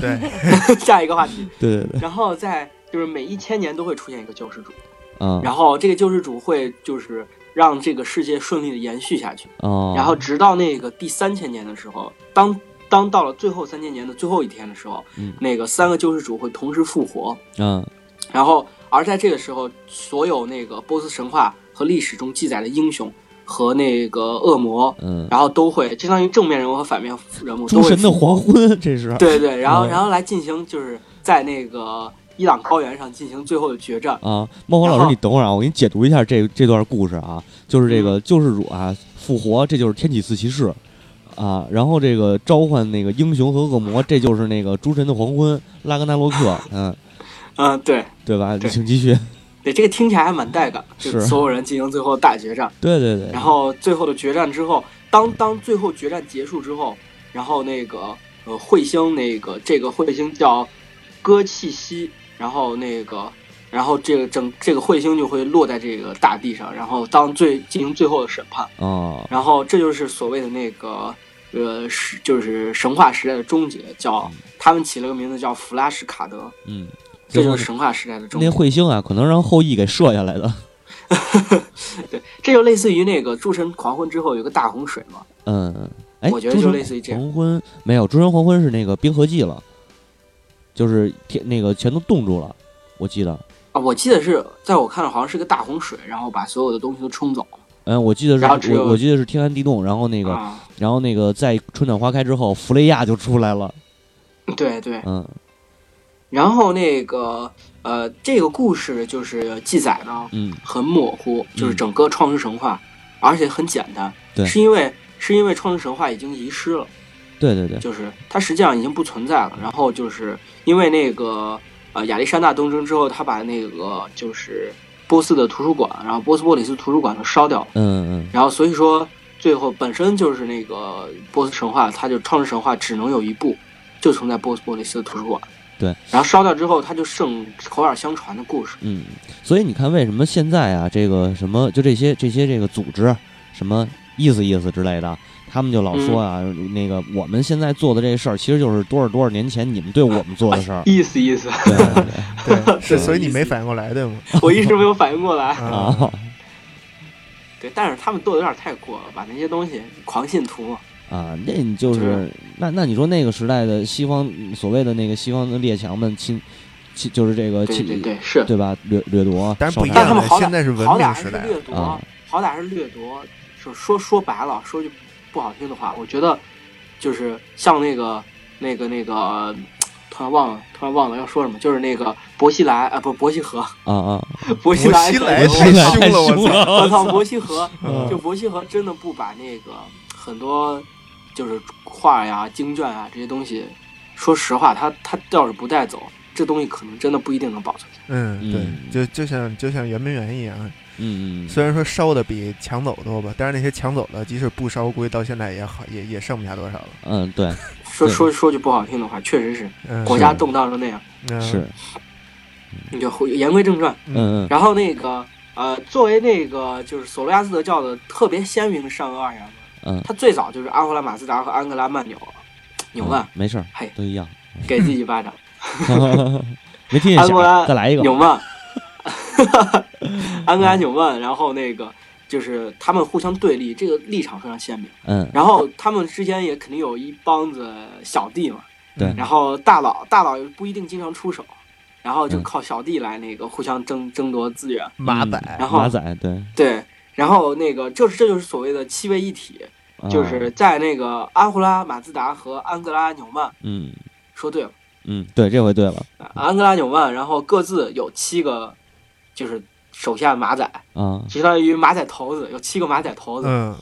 [SPEAKER 1] 对，
[SPEAKER 3] <laughs> 下一个话题，
[SPEAKER 2] 对对对，
[SPEAKER 3] 然后在就是每一千年都会出现一个救世主。
[SPEAKER 2] 啊
[SPEAKER 3] 然后这个救世主会就是让这个世界顺利的延续下去，
[SPEAKER 2] 哦，
[SPEAKER 3] 然后直到那个第三千年的时候，当当到了最后三千年的最后一天的时候，
[SPEAKER 2] 嗯
[SPEAKER 3] 那个三个救世主会同时复活，
[SPEAKER 2] 嗯
[SPEAKER 3] 然后而在这个时候，所有那个波斯神话和历史中记载的英雄和那个恶魔，
[SPEAKER 2] 嗯，
[SPEAKER 3] 然后都会就相当于正面人物和反面人物都
[SPEAKER 2] 诸
[SPEAKER 3] 会
[SPEAKER 2] 神的
[SPEAKER 3] 复活
[SPEAKER 2] 黄昏，这是
[SPEAKER 3] 对对，然后
[SPEAKER 2] 嗯
[SPEAKER 3] 然后来进行就是在那个伊朗高原上进行最后的决战，
[SPEAKER 2] 啊，孟获老
[SPEAKER 3] 然
[SPEAKER 2] 师，
[SPEAKER 3] 后
[SPEAKER 2] 你等会儿啊，我给你解读一下这这段故事啊，就是这
[SPEAKER 3] 嗯
[SPEAKER 2] 个救世主啊复活，这就是天启四骑士啊，然后这个召唤那个英雄和恶魔，这就是那个诸神的黄昏，拉格纳洛克，嗯，
[SPEAKER 3] 嗯，对。
[SPEAKER 2] 对吧？
[SPEAKER 3] 啊对
[SPEAKER 2] 请继
[SPEAKER 3] <laughs>
[SPEAKER 2] 续，
[SPEAKER 3] 对，这个听起来还蛮带感，就是
[SPEAKER 2] 是
[SPEAKER 3] 所有人进行最后大决战，
[SPEAKER 2] 对对对，
[SPEAKER 3] 然后最后的决战之后，当当最后决战结束之后，然后那个呃彗星那个这个彗星叫哥契西，然后那个然后这个整这个彗星就会落在这个大地上，然后当最进行最后的审判，
[SPEAKER 2] 啊
[SPEAKER 3] 然后这就是所谓的那个呃是就是神话时代的终结，叫他们起了个名字叫弗拉什卡德，
[SPEAKER 2] 嗯，
[SPEAKER 3] 这就
[SPEAKER 2] 然后
[SPEAKER 3] 是神话时代的终
[SPEAKER 2] 那
[SPEAKER 3] 结。
[SPEAKER 2] 彗星啊，可能让后羿给射下来的，
[SPEAKER 3] 对，这就类似于那个《诸神狂婚》之后有个大洪水嘛。
[SPEAKER 2] 嗯，哎，
[SPEAKER 3] 我觉得
[SPEAKER 2] 诸
[SPEAKER 3] 就
[SPEAKER 2] 神
[SPEAKER 3] 类似于这样
[SPEAKER 2] 黄昏没有，诸神黄昏是那个冰河纪了，就是天那个全都冻住了，我记得，
[SPEAKER 3] 啊，我记得是在我看来好像是个大洪水，然后把所有的东西都冲走。
[SPEAKER 2] 嗯，我记得
[SPEAKER 3] 然后只
[SPEAKER 2] 是，
[SPEAKER 3] 有
[SPEAKER 2] 我我记得是天寒地冻，然后那个，
[SPEAKER 3] 啊，
[SPEAKER 2] 然后那个在春暖花开之后，弗雷亚就出来了，
[SPEAKER 3] 对对。
[SPEAKER 2] 嗯
[SPEAKER 3] 然后那个呃，这个故事就是记载呢
[SPEAKER 2] 嗯
[SPEAKER 3] 很模糊，就是整个创世神话，而且很简单，
[SPEAKER 2] 对
[SPEAKER 3] 是因为是因为创世神话已经遗失了，
[SPEAKER 2] 对对对，
[SPEAKER 3] 就是它实际上已经不存在了。然后就是因为那个呃亚历山大东征之后，他把那个就是波斯的图书馆，然后波斯波里斯图书馆都烧掉了。
[SPEAKER 2] 嗯嗯
[SPEAKER 3] 然后所以说最后本身就是那个波斯神话，它就创世神话只能有一部，就存在波斯波利斯的图书馆。
[SPEAKER 2] 对，
[SPEAKER 3] 然后烧掉之后，它就剩口耳相传的故事。
[SPEAKER 2] 嗯，所以你看为什么现在啊，这个什么就这些这些这个组织，什么意思意思之类的。他们就老说啊，
[SPEAKER 1] 嗯
[SPEAKER 2] 那个我们现在做的这事儿，其实就是多少多少年前你们对我们做的
[SPEAKER 1] <laughs>
[SPEAKER 2] 事儿
[SPEAKER 3] <laughs> 。意思意思，
[SPEAKER 2] 对对对
[SPEAKER 1] 对，
[SPEAKER 2] 是
[SPEAKER 1] 是，所以你没反应过来，对吗？
[SPEAKER 3] 我一直没有反应过来。
[SPEAKER 1] 啊，
[SPEAKER 2] 啊
[SPEAKER 3] 对，但是他们做的有点太过了，把那些东西狂信徒嘛。
[SPEAKER 2] 啊，那你就
[SPEAKER 3] 就是是
[SPEAKER 2] 那那你说那个时代的西方所谓的那个西方的列强们侵侵就是这个
[SPEAKER 3] 对
[SPEAKER 2] 侵
[SPEAKER 3] 对对，是。
[SPEAKER 2] 对吧？掠掠夺，
[SPEAKER 1] 但是不一
[SPEAKER 2] 烧杀
[SPEAKER 3] 但他
[SPEAKER 1] 样
[SPEAKER 3] 们
[SPEAKER 1] 的，
[SPEAKER 3] 好歹
[SPEAKER 1] 现在是文
[SPEAKER 3] 好歹
[SPEAKER 1] 明
[SPEAKER 3] 还
[SPEAKER 1] 时
[SPEAKER 3] 是
[SPEAKER 1] 代
[SPEAKER 3] 掠夺，
[SPEAKER 2] 啊
[SPEAKER 3] 好歹还是掠夺。就说说白了，说句不好听的话，我觉得就是像那个那个那个，呃突然忘了，突然忘了要说什么，就是那个伯希莱啊，不伯希和，
[SPEAKER 2] 啊啊，
[SPEAKER 3] 伯希莱，
[SPEAKER 1] 伯希莱
[SPEAKER 3] 我
[SPEAKER 1] 哦太
[SPEAKER 2] 哎太
[SPEAKER 1] 凶了我
[SPEAKER 2] 凶了，
[SPEAKER 3] 我操，伯希和，
[SPEAKER 1] 嗯
[SPEAKER 3] 就伯希和真的不把那个很多就是画呀、经卷啊这些东西，说实话，他他要是不带走，这东西可能真的不一定能保存下来。
[SPEAKER 1] 嗯，
[SPEAKER 2] 嗯
[SPEAKER 1] 对，就就像就像圆明园一样，
[SPEAKER 2] 嗯嗯，
[SPEAKER 1] 虽然说烧的比抢走多吧，但是那些抢走的，即使不烧，估计到现在也好，也也剩不下多少了。
[SPEAKER 2] 嗯对
[SPEAKER 3] 说
[SPEAKER 2] 对
[SPEAKER 3] 说说句不好听的话，确实是
[SPEAKER 1] 嗯，
[SPEAKER 3] 国家动荡成那样。
[SPEAKER 1] 嗯
[SPEAKER 2] 是，
[SPEAKER 3] 你就回言归正传，
[SPEAKER 2] 嗯嗯
[SPEAKER 3] 然后那个呃，作为那个就是索罗亚斯德教的特别鲜明的善恶二元论，
[SPEAKER 2] 嗯，
[SPEAKER 3] 他最早就是阿弗拉马斯达和安格拉曼纽，纽曼
[SPEAKER 2] 嗯没事儿
[SPEAKER 3] 嘿，
[SPEAKER 2] 都
[SPEAKER 3] <laughs>
[SPEAKER 2] 一样，
[SPEAKER 3] 给自己一巴
[SPEAKER 2] <laughs>
[SPEAKER 3] 掌，
[SPEAKER 2] 没听见
[SPEAKER 3] 安啊
[SPEAKER 2] 响
[SPEAKER 3] 格拉，
[SPEAKER 2] 再来一个，
[SPEAKER 3] 纽曼， <laughs> 安格拉纽曼，然后那个就是他们互相对立，这个立场非常鲜明。
[SPEAKER 2] 嗯
[SPEAKER 3] 然后他们之间也肯定有一帮子小弟嘛，
[SPEAKER 2] 对
[SPEAKER 3] 然后大佬大佬也不一定经常出手，然后就
[SPEAKER 2] 嗯
[SPEAKER 3] 靠小弟来那个互相争争夺资源。
[SPEAKER 1] 马
[SPEAKER 2] 嗯
[SPEAKER 1] 仔，
[SPEAKER 3] 然后
[SPEAKER 2] 马仔对，
[SPEAKER 3] 对，然后那个就是这就是所谓的七位一体，
[SPEAKER 2] 啊
[SPEAKER 1] 嗯
[SPEAKER 3] 就是在那个阿胡拉马自达和安格拉纽曼
[SPEAKER 2] 嗯
[SPEAKER 3] 说对了，
[SPEAKER 2] 嗯对，这回对了
[SPEAKER 3] 啊安格拉纽曼，然后各自有七个，就是手下马仔，
[SPEAKER 2] 啊
[SPEAKER 3] 就相当于马仔头子，有七个马仔头子，
[SPEAKER 1] 嗯，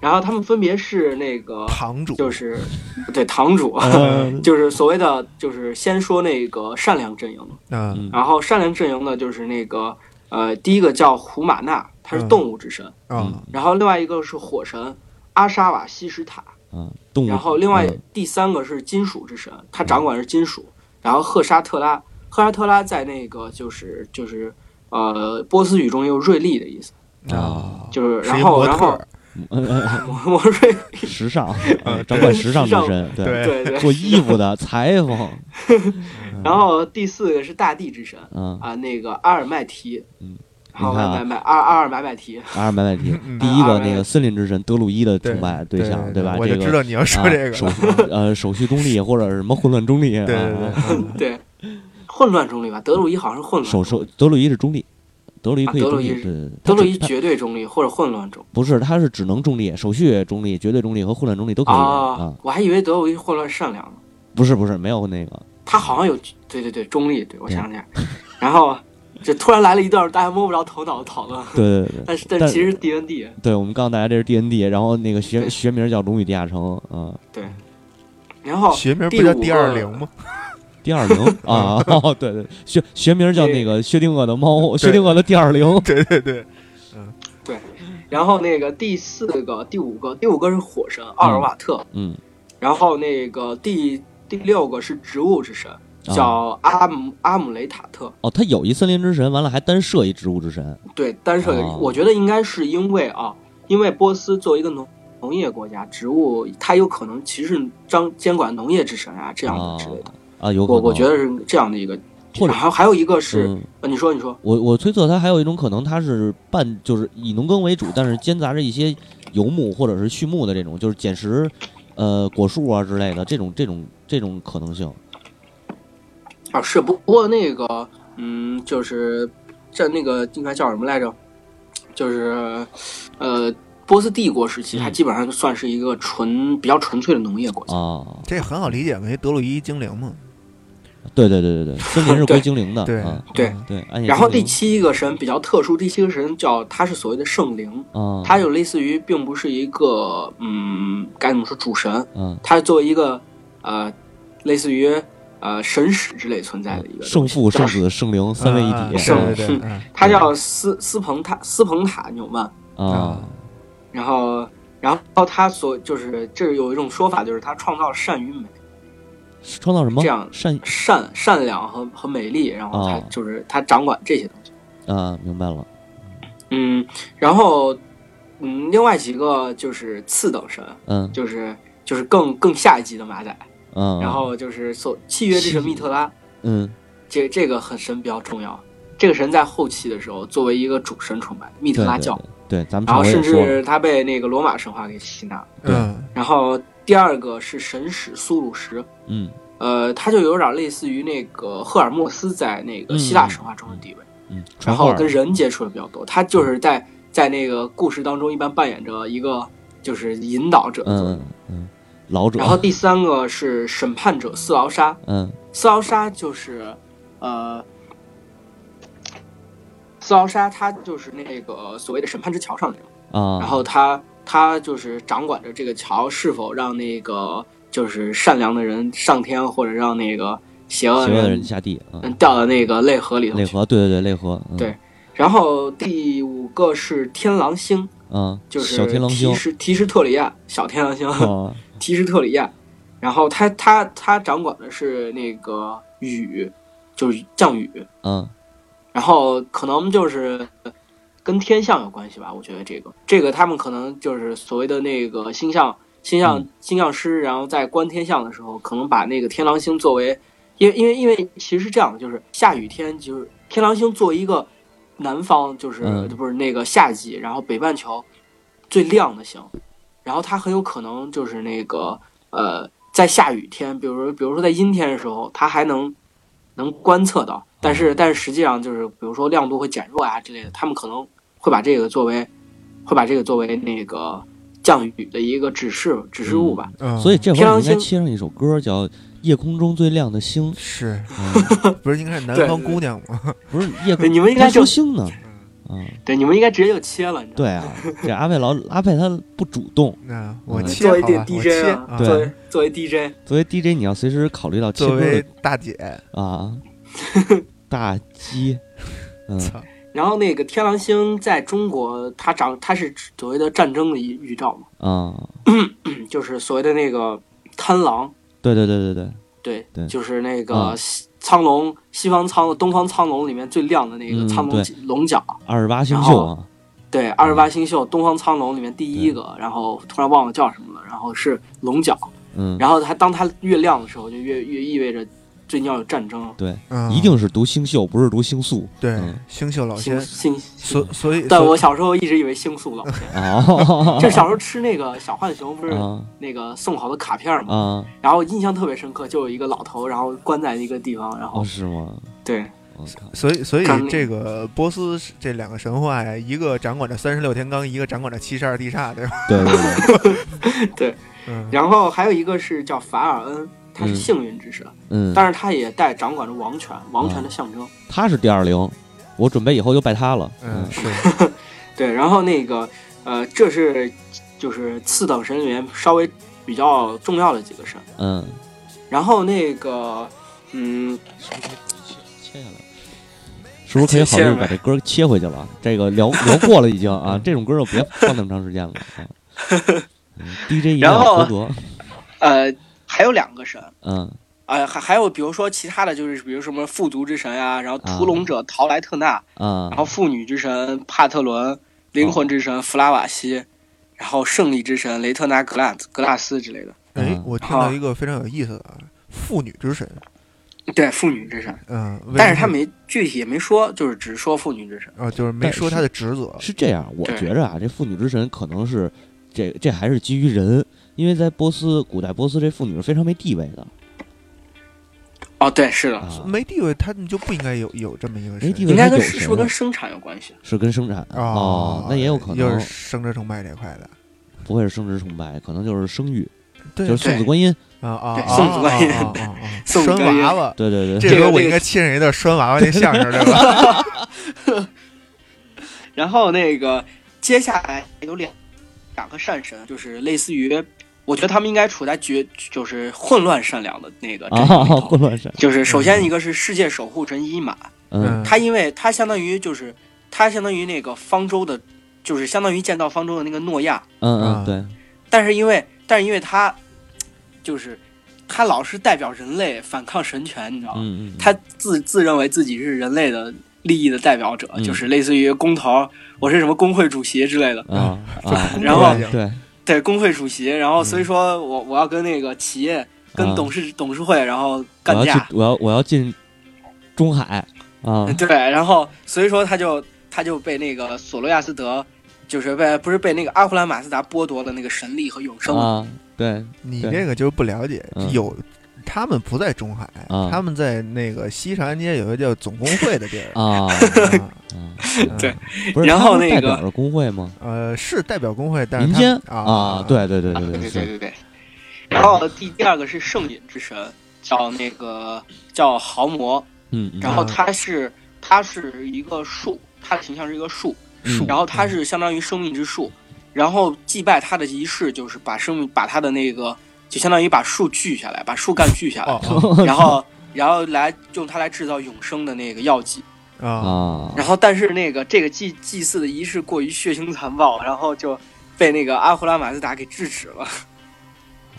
[SPEAKER 3] 然后他们分别是那个
[SPEAKER 1] 堂主，
[SPEAKER 3] 就是 <laughs> 对堂主。
[SPEAKER 2] 嗯
[SPEAKER 3] <laughs> 就是所谓的，就是先说那个善良阵营，
[SPEAKER 1] 嗯
[SPEAKER 2] 嗯
[SPEAKER 3] 然后善良阵营呢，就是那个呃，第一个叫胡马纳，他是
[SPEAKER 1] 嗯
[SPEAKER 3] 动物之神，
[SPEAKER 1] 啊，
[SPEAKER 3] 然后另外一个是火神阿沙瓦西什塔，
[SPEAKER 2] 啊动物，
[SPEAKER 3] 然后另外
[SPEAKER 2] 嗯
[SPEAKER 3] 第三个是金属之神，他掌管是金属。然后赫沙特拉，赫沙特拉在那个就是就是呃波斯语中有锐利的意思，
[SPEAKER 1] 啊，
[SPEAKER 3] 就是
[SPEAKER 1] 是一
[SPEAKER 3] 然后
[SPEAKER 1] 模
[SPEAKER 3] 然
[SPEAKER 1] 特
[SPEAKER 3] 后
[SPEAKER 1] 儿
[SPEAKER 3] <laughs> 魔锐，
[SPEAKER 2] 嗯时
[SPEAKER 3] <laughs>
[SPEAKER 2] 尚
[SPEAKER 1] 嗯，
[SPEAKER 2] 掌管
[SPEAKER 3] 对
[SPEAKER 2] 时尚之
[SPEAKER 3] 时尚
[SPEAKER 2] 身， <laughs> 对
[SPEAKER 1] 对
[SPEAKER 3] 对
[SPEAKER 2] <laughs> 做
[SPEAKER 3] 对。
[SPEAKER 2] 衣服的裁缝，
[SPEAKER 3] 然后第四个是大地之神
[SPEAKER 2] 嗯，
[SPEAKER 3] 啊，那个阿尔麦提，
[SPEAKER 2] 嗯，
[SPEAKER 3] 好
[SPEAKER 2] 你看啊
[SPEAKER 3] 买买阿阿尔买买提， <laughs>
[SPEAKER 2] 阿尔麦麦提
[SPEAKER 1] 嗯，
[SPEAKER 2] 第一个
[SPEAKER 3] 阿尔麦
[SPEAKER 2] 那个森林之神德鲁伊的
[SPEAKER 1] 对
[SPEAKER 2] 崇拜对象，
[SPEAKER 1] 对
[SPEAKER 2] 吧？
[SPEAKER 1] 我
[SPEAKER 2] 这
[SPEAKER 1] 就
[SPEAKER 2] 个
[SPEAKER 1] 知道你要说
[SPEAKER 2] 啊
[SPEAKER 1] 这个
[SPEAKER 2] 手
[SPEAKER 1] 了，
[SPEAKER 2] 续呃手续中立或者是什么混乱中立，
[SPEAKER 1] 对
[SPEAKER 2] 啊
[SPEAKER 1] 对对
[SPEAKER 2] 啊，
[SPEAKER 1] <laughs> 嗯
[SPEAKER 3] 对，混乱中立吧，德鲁伊好像是混
[SPEAKER 2] 手
[SPEAKER 3] 乱中
[SPEAKER 2] 手
[SPEAKER 3] 立，
[SPEAKER 2] 德鲁伊是中立，德鲁伊可以
[SPEAKER 3] 啊德
[SPEAKER 2] 中
[SPEAKER 3] 鲁
[SPEAKER 2] 立，
[SPEAKER 3] 伊
[SPEAKER 2] 对对，对
[SPEAKER 3] 德鲁伊
[SPEAKER 2] 他只他
[SPEAKER 3] 绝对中立或者混乱中
[SPEAKER 2] 不是，他是只能中立，手续中立、绝 <laughs> 对中立和混乱中立都可以
[SPEAKER 3] 啊
[SPEAKER 2] 啊，，
[SPEAKER 3] 我还以为德鲁伊混乱善良呢。
[SPEAKER 2] 不是不是，没有那个
[SPEAKER 3] 他好像有，对对对，中立，对
[SPEAKER 1] 嗯
[SPEAKER 3] 我想起来，然后这突然来了一段大家摸不着头脑的讨论，
[SPEAKER 2] 对对对对
[SPEAKER 3] 但是但
[SPEAKER 2] 但
[SPEAKER 3] 其实是 D N D
[SPEAKER 2] 对，我们告诉大家这是 D N D，然后那个学
[SPEAKER 3] 对
[SPEAKER 2] 学名叫《龙与地下城》啊，
[SPEAKER 3] 对，然后
[SPEAKER 1] 学名
[SPEAKER 3] 哦第
[SPEAKER 1] 不叫
[SPEAKER 3] 五
[SPEAKER 1] D 二
[SPEAKER 3] 个
[SPEAKER 1] 零吗？
[SPEAKER 2] D 二零啊，哦对对，学学名叫那个薛定谔的猫，薛定谔的 D 二零，
[SPEAKER 1] 对对对，
[SPEAKER 3] 然后那个第四个、第五个、第五个是火神奥尔瓦特，
[SPEAKER 2] 嗯，
[SPEAKER 3] 然后那个第第六个是植物之神，
[SPEAKER 1] 啊
[SPEAKER 3] 叫阿姆、阿姆雷塔特。
[SPEAKER 2] 啊哦，他有一森林之神，完了还单设一植物之神，
[SPEAKER 3] 对，单射的，
[SPEAKER 1] 啊
[SPEAKER 2] 哦
[SPEAKER 3] 我觉得应该是因为啊，因为波斯作为一个农农业国家，植物它有可能其实是张监管农业之神啊这样的之类的。
[SPEAKER 2] 啊，有可
[SPEAKER 3] 我
[SPEAKER 2] 能。
[SPEAKER 3] 我觉得是这样的一个，
[SPEAKER 2] 或者
[SPEAKER 3] 然后还有一个是，
[SPEAKER 2] 嗯
[SPEAKER 3] 呃你说你说，
[SPEAKER 2] 我我推测它还有一种可能，它是半就是以农耕为主，但是兼杂着一些游牧或者是畜牧的这种，就是捡拾，呃，果树啊之类的这种这种这种可能性。
[SPEAKER 3] 啊是不不过那个，嗯，就是这那个应该叫什么来着？就是，呃，波斯帝国时期，
[SPEAKER 2] 嗯
[SPEAKER 3] 它基本上就算是一个纯比较纯粹的农业国家。
[SPEAKER 2] 啊，
[SPEAKER 1] 这很好理解嘛，因为德鲁伊精灵嘛，
[SPEAKER 2] 对对对对对，森林是归
[SPEAKER 3] 对
[SPEAKER 2] 精灵的，
[SPEAKER 1] 对
[SPEAKER 2] 啊、
[SPEAKER 3] 对
[SPEAKER 1] 嗯
[SPEAKER 2] 对，暗夜
[SPEAKER 3] 然后
[SPEAKER 2] 精
[SPEAKER 3] 第
[SPEAKER 2] 灵
[SPEAKER 3] 七个神比较特殊，第七个神叫它是所谓的圣灵，
[SPEAKER 2] 啊，
[SPEAKER 3] 它就类似于并不是一个嗯该怎么说主神，
[SPEAKER 2] 嗯
[SPEAKER 3] 它作为一个呃类似于呃神使之类存在的一个
[SPEAKER 2] 圣
[SPEAKER 3] 东西
[SPEAKER 2] 父、
[SPEAKER 3] 叫
[SPEAKER 2] 圣子、圣灵三位一
[SPEAKER 1] 啊
[SPEAKER 2] 体，
[SPEAKER 1] 对
[SPEAKER 3] 圣
[SPEAKER 1] 对对，嗯
[SPEAKER 3] 它叫斯斯彭塔斯彭塔纽曼，
[SPEAKER 1] 嗯
[SPEAKER 2] 啊
[SPEAKER 3] 然后然后他所就是这有一种说法，就是他创造了善与美，
[SPEAKER 2] 创造什么
[SPEAKER 3] 这样
[SPEAKER 2] 善
[SPEAKER 3] 善善良和和美丽，然后他
[SPEAKER 2] 哦
[SPEAKER 3] 就是他掌管这些东西。
[SPEAKER 2] 啊，明白了，
[SPEAKER 3] 嗯，然后嗯，另外几个就是次等神，
[SPEAKER 2] 嗯
[SPEAKER 3] 就是就是更更下一级的马仔，
[SPEAKER 2] 嗯，
[SPEAKER 3] 然后就是所契约之神密特拉，
[SPEAKER 2] 嗯
[SPEAKER 3] 这这个很神比较重要。这个神在后期的时候作为一个主神崇拜，密特
[SPEAKER 2] 对
[SPEAKER 3] 拉
[SPEAKER 2] 对
[SPEAKER 3] 教，
[SPEAKER 2] 对，咱们
[SPEAKER 3] 然
[SPEAKER 2] 上
[SPEAKER 3] 后
[SPEAKER 2] 回
[SPEAKER 3] 甚
[SPEAKER 2] 也说了，
[SPEAKER 3] 至他被那个罗马神话给吸纳。
[SPEAKER 2] 对
[SPEAKER 1] 嗯
[SPEAKER 3] 然后第二个是神使苏鲁什，
[SPEAKER 2] 嗯
[SPEAKER 3] 呃，他就有点类似于那个赫尔墨斯在那个希腊神话中的地位，
[SPEAKER 2] 嗯，传
[SPEAKER 3] 然
[SPEAKER 2] 话
[SPEAKER 3] 后
[SPEAKER 2] 儿
[SPEAKER 3] 跟人接触的比较多。他就是在在那个故事当中一般扮演着一个就是引导者的作
[SPEAKER 2] 嗯
[SPEAKER 3] 用。
[SPEAKER 2] 嗯嗯，老者，<laughs>
[SPEAKER 3] 然后第三个是审判者斯劳沙，
[SPEAKER 2] 嗯
[SPEAKER 3] 斯劳沙就是，呃，斯劳沙他就是那个所谓的审判之桥上的人，
[SPEAKER 2] 啊，
[SPEAKER 3] 然后他他就是掌管着这个桥是否让那个就是善良的人上天，或者让那个邪恶
[SPEAKER 2] 邪恶
[SPEAKER 3] 的
[SPEAKER 2] 的
[SPEAKER 3] 人
[SPEAKER 2] 人下地啊，
[SPEAKER 3] 嗯掉到那个泪河里头
[SPEAKER 2] 内
[SPEAKER 3] 去。
[SPEAKER 2] 核，对对对，内核，嗯
[SPEAKER 3] 对然后第五个是天狼星，
[SPEAKER 2] 嗯，
[SPEAKER 3] 就是
[SPEAKER 2] 小天狼星
[SPEAKER 3] 提，什提什特里亚小天狼星，
[SPEAKER 2] 啊，
[SPEAKER 3] <laughs> 提什特里亚，然后他他他掌管的是那个雨，就是降雨。
[SPEAKER 2] 嗯
[SPEAKER 3] 然后可能就是跟天象有关系吧，我觉得这个这个他们可能就是所谓的那个星象星象星象师，然后在观天象的时候，可能把那个天狼星作为，因为因为因为其实是这样的，就是下雨天就是天狼星作为一个南方就是、
[SPEAKER 2] 嗯
[SPEAKER 3] 不是那个夏季，然后北半球最亮的星，然后它很有可能就是那个呃在下雨天，比如说比如说在阴天的时候，它还能能观测到，但是但是实际上就是比如说亮度会减弱啊之类的，他们可能会把这个作为会把这个作为那个降雨的一个指示指示物吧。
[SPEAKER 1] 嗯，
[SPEAKER 2] 所以这会
[SPEAKER 3] 天
[SPEAKER 2] 儿
[SPEAKER 3] 狼
[SPEAKER 2] 你应该
[SPEAKER 3] 星
[SPEAKER 2] 切上一首歌，叫《夜空中最亮的
[SPEAKER 3] <laughs>
[SPEAKER 2] 星》，
[SPEAKER 1] 是
[SPEAKER 2] 嗯
[SPEAKER 1] 不是应该是南
[SPEAKER 3] 对
[SPEAKER 1] 方
[SPEAKER 3] 对
[SPEAKER 1] 姑娘吗？
[SPEAKER 2] 不是夜
[SPEAKER 3] 对，
[SPEAKER 2] 空，
[SPEAKER 3] 你们应
[SPEAKER 2] 他
[SPEAKER 3] 该就
[SPEAKER 2] 说星呢，啊，
[SPEAKER 1] 嗯
[SPEAKER 3] 对，你们应该直接就切了，你知道吗？
[SPEAKER 2] 对啊，这阿佩老阿佩他不主动，
[SPEAKER 1] 那我
[SPEAKER 2] 嗯
[SPEAKER 1] 切
[SPEAKER 3] 作为
[SPEAKER 1] 好
[SPEAKER 3] 这
[SPEAKER 1] 吧，我
[SPEAKER 3] DJ
[SPEAKER 1] 切
[SPEAKER 3] 啊
[SPEAKER 1] 啊
[SPEAKER 2] 对
[SPEAKER 3] 作为作为 DJ，
[SPEAKER 2] 作为 DJ 你要随时考虑到切
[SPEAKER 1] 作
[SPEAKER 2] 歌
[SPEAKER 1] 为
[SPEAKER 2] 的
[SPEAKER 1] 大姐，
[SPEAKER 2] 啊，大鸡，嗯
[SPEAKER 1] 操，
[SPEAKER 3] 然后那个天狼星在中国，它长它是所谓的战争的预预兆嘛，
[SPEAKER 2] 啊，
[SPEAKER 3] 嗯就是所谓的那个贪狼，
[SPEAKER 2] 对对对对对，
[SPEAKER 3] 对，
[SPEAKER 2] 对
[SPEAKER 3] 就是那个
[SPEAKER 2] 嗯
[SPEAKER 3] 西苍龙西方苍东方苍龙里面最亮的那个
[SPEAKER 2] 嗯
[SPEAKER 3] 苍龙
[SPEAKER 2] 对
[SPEAKER 3] 龙角，
[SPEAKER 2] 二十八星
[SPEAKER 3] 然
[SPEAKER 2] 宿
[SPEAKER 3] 后
[SPEAKER 2] 啊，
[SPEAKER 3] 对，二十八星宿东方苍龙里面第一个，然后突然忘了叫什么了，然后是龙角，
[SPEAKER 2] 嗯，
[SPEAKER 3] 然后它当它越亮的时候，就越越意味着最近要有战争，
[SPEAKER 2] 对，
[SPEAKER 1] 嗯，
[SPEAKER 2] 一定是读星宿，不是读星宿
[SPEAKER 1] 对
[SPEAKER 2] 嗯
[SPEAKER 1] 星宿老
[SPEAKER 3] 星
[SPEAKER 1] 仙，
[SPEAKER 3] 星。
[SPEAKER 1] 所所以
[SPEAKER 3] 但
[SPEAKER 1] 所
[SPEAKER 3] 我小时候一直以为星宿
[SPEAKER 2] <laughs>
[SPEAKER 3] 老仙，
[SPEAKER 2] 啊，
[SPEAKER 3] 就小时候吃那个小浣熊不是
[SPEAKER 2] 啊
[SPEAKER 3] 那个送好的卡片嘛，
[SPEAKER 2] 啊，
[SPEAKER 3] 然后印象特别深刻，就有一个老头，然后关在一个地方，然
[SPEAKER 2] 哦
[SPEAKER 3] 后
[SPEAKER 2] 是吗？
[SPEAKER 3] 对
[SPEAKER 2] 我靠，
[SPEAKER 1] 所以，所以
[SPEAKER 3] 干
[SPEAKER 1] 这个波斯是这两个神话呀，一个掌管着三十六天罡，一个掌管着七十二地煞，对吧？
[SPEAKER 2] 对对 <laughs> 对，
[SPEAKER 1] 嗯，
[SPEAKER 3] 然后还有一个是叫法尔恩，他是
[SPEAKER 2] 嗯
[SPEAKER 3] 幸运之神，
[SPEAKER 2] 嗯，
[SPEAKER 3] 但是他也带掌管着王权，王权的象征。
[SPEAKER 2] 他是第二零，我准备以后就拜他了，嗯
[SPEAKER 1] 嗯，是，
[SPEAKER 3] 对，然后那个呃，这是就是次等神里面稍微比较重要的几个神，
[SPEAKER 2] 嗯，
[SPEAKER 3] 然后那个嗯，
[SPEAKER 2] 切下来。是不是可以考虑把这歌切回去了？这个聊聊过了已经啊，这种歌就别放那么长时间了啊。嗯 DJ 一定
[SPEAKER 3] 然
[SPEAKER 2] 要
[SPEAKER 3] 后
[SPEAKER 2] 合格，
[SPEAKER 3] 呃，还有两个神。
[SPEAKER 2] 嗯
[SPEAKER 3] 呃，还还有比如说其他的就是，比如什么富足之神啊，然后
[SPEAKER 2] 啊
[SPEAKER 3] 屠龙者陶莱特纳，
[SPEAKER 2] 啊
[SPEAKER 3] 然后妇女之神帕特伦，灵魂之神弗拉瓦西，然后胜利之神雷特纳格拉格拉斯之类的。
[SPEAKER 1] 哎
[SPEAKER 2] 嗯，
[SPEAKER 1] 我听到一个非常有意思的啊，妇女之神，
[SPEAKER 3] 对，妇女之神，
[SPEAKER 1] 嗯，为
[SPEAKER 3] 但是他
[SPEAKER 1] 什么
[SPEAKER 3] 没具体也没说，就是只说妇女之神。
[SPEAKER 1] 啊，就是没
[SPEAKER 2] 但
[SPEAKER 1] 说
[SPEAKER 2] 是
[SPEAKER 1] 他的职责，
[SPEAKER 2] 是这样，我
[SPEAKER 3] 对
[SPEAKER 2] 觉着啊，这妇女之神可能是这这还是基于人，因为在波斯古代波斯这妇女是非常没地位的
[SPEAKER 3] 哦，对，是的，
[SPEAKER 2] 啊，
[SPEAKER 1] 没地位，他们就不应该有有这么一个神，
[SPEAKER 2] 没地位
[SPEAKER 3] 应该
[SPEAKER 2] 她
[SPEAKER 3] 跟
[SPEAKER 2] 有
[SPEAKER 3] 是是
[SPEAKER 2] 神
[SPEAKER 3] 不是
[SPEAKER 2] 了
[SPEAKER 3] 跟生产有关系？
[SPEAKER 2] 是跟生产
[SPEAKER 1] 哦，
[SPEAKER 2] 那也有可
[SPEAKER 1] 又是
[SPEAKER 2] 能
[SPEAKER 1] 生殖崇拜这块的，
[SPEAKER 2] 不会是生殖崇拜，可能就是生育，
[SPEAKER 1] 对
[SPEAKER 2] 就是送
[SPEAKER 3] 对
[SPEAKER 2] 子观音，
[SPEAKER 1] 啊啊
[SPEAKER 3] 对
[SPEAKER 1] 啊，
[SPEAKER 3] 宋祖观音
[SPEAKER 1] 啊啊
[SPEAKER 3] <laughs>
[SPEAKER 1] 啊啊
[SPEAKER 3] 宋祖
[SPEAKER 1] 拴
[SPEAKER 3] 观音
[SPEAKER 1] 娃娃，
[SPEAKER 2] 对对对，
[SPEAKER 1] 这
[SPEAKER 3] 这
[SPEAKER 1] 时
[SPEAKER 3] 个
[SPEAKER 1] 候我
[SPEAKER 3] 这
[SPEAKER 1] 应
[SPEAKER 3] 个
[SPEAKER 1] 该切上一段拴娃娃那相声，对
[SPEAKER 2] <laughs>
[SPEAKER 1] 吧？
[SPEAKER 3] 然后那个接下来有两两个善神，就是类似于，我觉得他们应该处在绝就是混乱善良的那个阵营
[SPEAKER 2] 啊，
[SPEAKER 3] 里头
[SPEAKER 2] 混乱神，
[SPEAKER 3] 就是首先一个是世界守护神伊玛，
[SPEAKER 2] 嗯
[SPEAKER 3] 他因为他相当于就是他相当于那个方舟的，就是相当于建造方舟的那个诺亚，
[SPEAKER 2] 嗯
[SPEAKER 1] 啊
[SPEAKER 2] 嗯，对，
[SPEAKER 3] 但是因为但是因为他就是他老是代表人类反抗神权，你知道吗？
[SPEAKER 2] 嗯嗯，
[SPEAKER 3] 他自自认为自己是人类的利益的代表者，
[SPEAKER 2] 嗯
[SPEAKER 3] 就是类似于工头，我是什么工会主席之类的。
[SPEAKER 2] 啊啊，
[SPEAKER 3] 然后
[SPEAKER 2] 对对
[SPEAKER 3] 对，工会主席，然后所以
[SPEAKER 2] 嗯
[SPEAKER 3] 说我我要跟那个企业、
[SPEAKER 2] 啊
[SPEAKER 3] 跟董事董事会，然后
[SPEAKER 2] 我
[SPEAKER 3] 干
[SPEAKER 2] 要
[SPEAKER 3] 架
[SPEAKER 2] 去，，我要我要进中海
[SPEAKER 3] <laughs>
[SPEAKER 2] 啊，
[SPEAKER 3] 对，然后所以说他就他就被那个索罗亚斯德，就是被不是被那个阿胡兰马斯达剥夺了那个神力和永生，
[SPEAKER 2] 啊，对
[SPEAKER 1] 你
[SPEAKER 2] 对
[SPEAKER 1] 这个就是不了解，
[SPEAKER 2] 嗯
[SPEAKER 1] 有他们不在中海，
[SPEAKER 2] 啊
[SPEAKER 1] 哎他们在那个西长安街有一个叫总工会的地
[SPEAKER 3] <laughs>
[SPEAKER 1] 儿。
[SPEAKER 2] 啊，
[SPEAKER 1] 啊
[SPEAKER 2] 啊
[SPEAKER 3] 对，
[SPEAKER 2] 不是，
[SPEAKER 3] 然后
[SPEAKER 2] 他们
[SPEAKER 3] 那
[SPEAKER 2] 代
[SPEAKER 3] 个
[SPEAKER 2] 表着工会吗？
[SPEAKER 1] 呃，是代表工会，但是
[SPEAKER 2] 民
[SPEAKER 1] 他
[SPEAKER 2] 间
[SPEAKER 1] 们
[SPEAKER 2] 啊，，对对对对
[SPEAKER 3] 对对
[SPEAKER 2] 是
[SPEAKER 3] 对对。然后第第二个是圣饮之神，叫那个叫豪魔，
[SPEAKER 2] 嗯，嗯
[SPEAKER 3] 然后他是他是一个树，他的形象是一个树，
[SPEAKER 2] 树
[SPEAKER 3] 然后他是相当于生命之树，然后祭拜他的仪式就是把生命把他的那个就相当于把树锯下来，把树干锯下来，
[SPEAKER 1] 哦
[SPEAKER 2] <laughs>
[SPEAKER 1] 哦
[SPEAKER 3] 然后然后来用它来制造永生的那个药剂。
[SPEAKER 1] 啊，
[SPEAKER 2] 啊，
[SPEAKER 3] 然后但是那个这个祭祭祀的仪式过于血腥残暴，然后就被那个阿胡拉马斯达给制止了。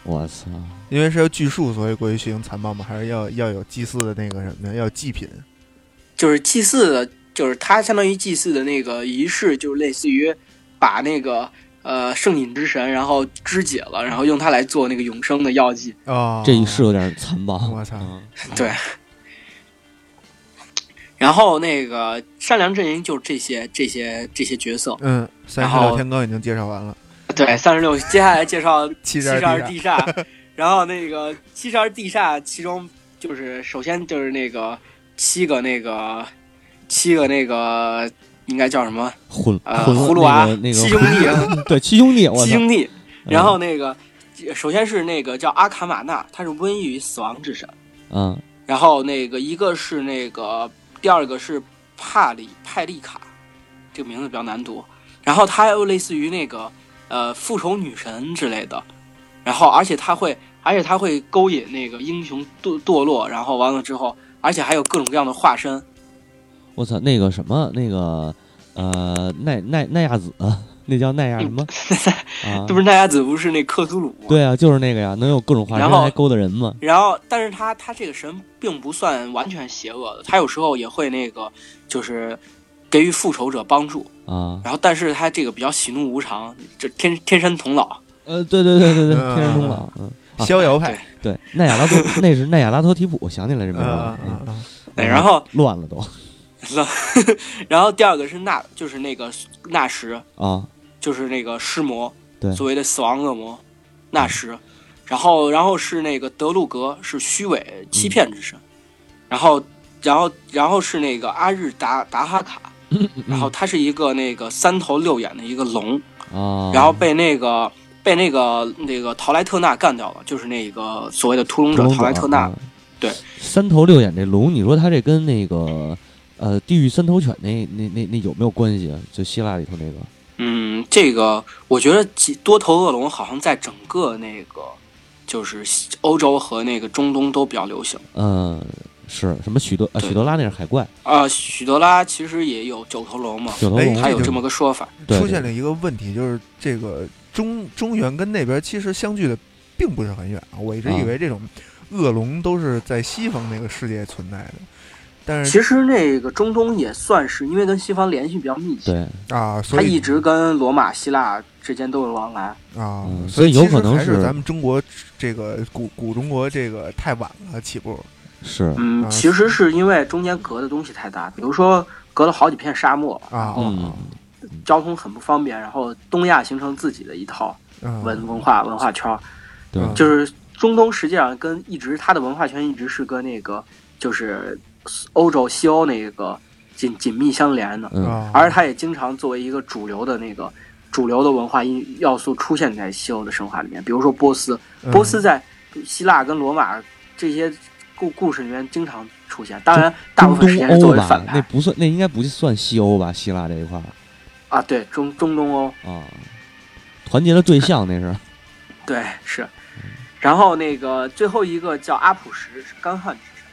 [SPEAKER 2] 我操，
[SPEAKER 1] 因为是要锯树，所以过于血腥残暴嘛，还是要要有祭祀的那个什么呀，要有祭品
[SPEAKER 3] 就是祭祀的，就是它相当于祭祀的那个仪式，就是类似于把那个呃圣饮之神，然后肢解了，然后用它来做那个永生的药剂。
[SPEAKER 1] 啊。
[SPEAKER 2] 这一是有点残暴，
[SPEAKER 1] 我操
[SPEAKER 2] 啊
[SPEAKER 3] 然后那个善良阵营就是这些这些这些角色。
[SPEAKER 1] 嗯，三
[SPEAKER 3] 然
[SPEAKER 1] 十
[SPEAKER 3] 后
[SPEAKER 1] 六天罡已经介绍完了，
[SPEAKER 3] 对，三十六，接下来介绍
[SPEAKER 1] 七
[SPEAKER 3] 七
[SPEAKER 1] 十
[SPEAKER 3] 十二
[SPEAKER 1] 二
[SPEAKER 3] 地煞，然后那个七十二地煞，其中就是首先就是那个七个那个七个那个应该叫什么
[SPEAKER 2] 混
[SPEAKER 3] 呃
[SPEAKER 2] 混
[SPEAKER 3] 葫芦娃、
[SPEAKER 2] 那个
[SPEAKER 3] 七兄弟，
[SPEAKER 2] 弟， <laughs> 对七兄弟，我
[SPEAKER 3] 七
[SPEAKER 2] 操，
[SPEAKER 3] 兄弟，
[SPEAKER 2] 嗯
[SPEAKER 3] 然后那个呃首先是那个叫阿卡玛纳，他是瘟疫与死亡之神，
[SPEAKER 2] 嗯
[SPEAKER 3] 然后那个一个是那个第二个是帕里派利卡，这个名字比较难读，然后他又类似于那个呃复仇女神之类的，然后而且他会而且他会勾引那个英雄堕堕落，然后完了之后，而且还有各种各样的化身， <laughs>
[SPEAKER 2] 我操，那个什么那个呃奈奈奈亚子， <laughs> 那叫奈亚什么啊
[SPEAKER 3] <laughs> 这？不是奈亚子不是那克苏鲁吗？
[SPEAKER 2] 对啊，就是那个呀，能有各种化身
[SPEAKER 3] 然后
[SPEAKER 2] 还勾搭人吗？
[SPEAKER 3] 然后，但是他他这个神并不算完全邪恶的，他有时候也会那个，就是给予复仇者帮助。
[SPEAKER 2] 啊，
[SPEAKER 3] 然后，但是他这个比较喜怒无常，这天天山童姥，
[SPEAKER 2] 呃，对对对对对，
[SPEAKER 1] 嗯
[SPEAKER 2] 天然中老，嗯，啊
[SPEAKER 1] 逍遥派
[SPEAKER 3] 对。
[SPEAKER 2] 对，奈亚拉多那是奈亚拉托提普，我想起来这名字了
[SPEAKER 1] 啊，
[SPEAKER 2] 嗯
[SPEAKER 1] 啊
[SPEAKER 3] 对，然后，
[SPEAKER 2] 乱了都
[SPEAKER 3] 然后第二个是纳，就是那个纳什，
[SPEAKER 2] 啊，
[SPEAKER 3] 就是那个尸魔，
[SPEAKER 2] 对嗯
[SPEAKER 3] 所谓的死亡恶魔，纳什。然后，然后是那个德鲁格，是虚伪欺骗之
[SPEAKER 2] 嗯
[SPEAKER 3] 神。然后，然后，然后是那个阿日达达哈卡，然后他是一个那个三头六眼的一个龙。
[SPEAKER 2] 啊，
[SPEAKER 3] 然后被那个被那个那个陶莱特纳干掉了，就是那个所谓的屠龙
[SPEAKER 2] 屠
[SPEAKER 3] 者
[SPEAKER 2] 龙者
[SPEAKER 3] 陶莱特纳。，
[SPEAKER 2] 嗯
[SPEAKER 3] 对，
[SPEAKER 2] 三头六眼这龙，你说他这跟那个呃地狱三头犬那那那那有没有关系啊？就希腊里头那个
[SPEAKER 3] 嗯，这个我觉得几多头恶龙好像在整个那个就是西欧洲和那个中东都比较流行。
[SPEAKER 2] 嗯，是什么许多啊？
[SPEAKER 3] 对
[SPEAKER 2] 许多拉那是海怪，
[SPEAKER 3] 啊，许多拉其实也有九头龙嘛，
[SPEAKER 2] 九头龙
[SPEAKER 1] 哎
[SPEAKER 3] 它有
[SPEAKER 1] 就
[SPEAKER 3] 这么个说法。
[SPEAKER 2] 对
[SPEAKER 1] 出现了一个问题，就是这个中中原跟那边其实相距的并不是很远啊。我一直
[SPEAKER 2] 啊
[SPEAKER 1] 以为这种恶龙都是在西方那个世界存在的，但是
[SPEAKER 3] 其实那个中东也算是，因为跟西方联系比较密切，
[SPEAKER 2] 对，
[SPEAKER 1] 啊，
[SPEAKER 3] 它
[SPEAKER 1] 所
[SPEAKER 3] 一
[SPEAKER 1] 以
[SPEAKER 3] 直跟罗马、希腊之间都有往来。
[SPEAKER 1] 啊
[SPEAKER 2] 嗯，
[SPEAKER 1] 所
[SPEAKER 2] 所以有
[SPEAKER 1] 其实
[SPEAKER 2] 可能
[SPEAKER 1] 还
[SPEAKER 2] 是
[SPEAKER 1] 是咱们中国这个古古中国这个太晚了起步
[SPEAKER 2] 是
[SPEAKER 3] 嗯
[SPEAKER 1] 啊，
[SPEAKER 3] 其实是因为中间隔的东西太大，比如说隔了好几片沙漠，
[SPEAKER 1] 啊
[SPEAKER 2] 嗯
[SPEAKER 3] 交通很不方便，然后东亚形成自己的一套
[SPEAKER 1] 啊
[SPEAKER 3] 文文化文化圈儿，
[SPEAKER 2] 对
[SPEAKER 1] 嗯
[SPEAKER 3] 就是中东实际上跟一直它的文化圈一直是跟那个就是欧洲西欧那个紧紧密相连的，
[SPEAKER 2] 嗯
[SPEAKER 1] 啊，
[SPEAKER 3] 而它也经常作为一个主流的那个主流的文化因要素出现在西欧的神话里面，比如说波斯，
[SPEAKER 1] 嗯
[SPEAKER 3] 波斯在希腊跟罗马这些故故事里面经常出现，当然大部
[SPEAKER 2] 中
[SPEAKER 3] 分时
[SPEAKER 2] 东
[SPEAKER 3] 间是作
[SPEAKER 2] 欧
[SPEAKER 3] 为
[SPEAKER 2] 吧
[SPEAKER 3] 反，
[SPEAKER 2] 那
[SPEAKER 3] 派
[SPEAKER 2] 不算，那应该不算西欧吧？希腊这一块儿
[SPEAKER 3] 啊，对中中东欧。
[SPEAKER 2] 啊，团结的对象那是 <laughs>
[SPEAKER 3] 对，是。
[SPEAKER 2] 嗯
[SPEAKER 3] 然后那个最后一个叫阿普什，是干旱之神。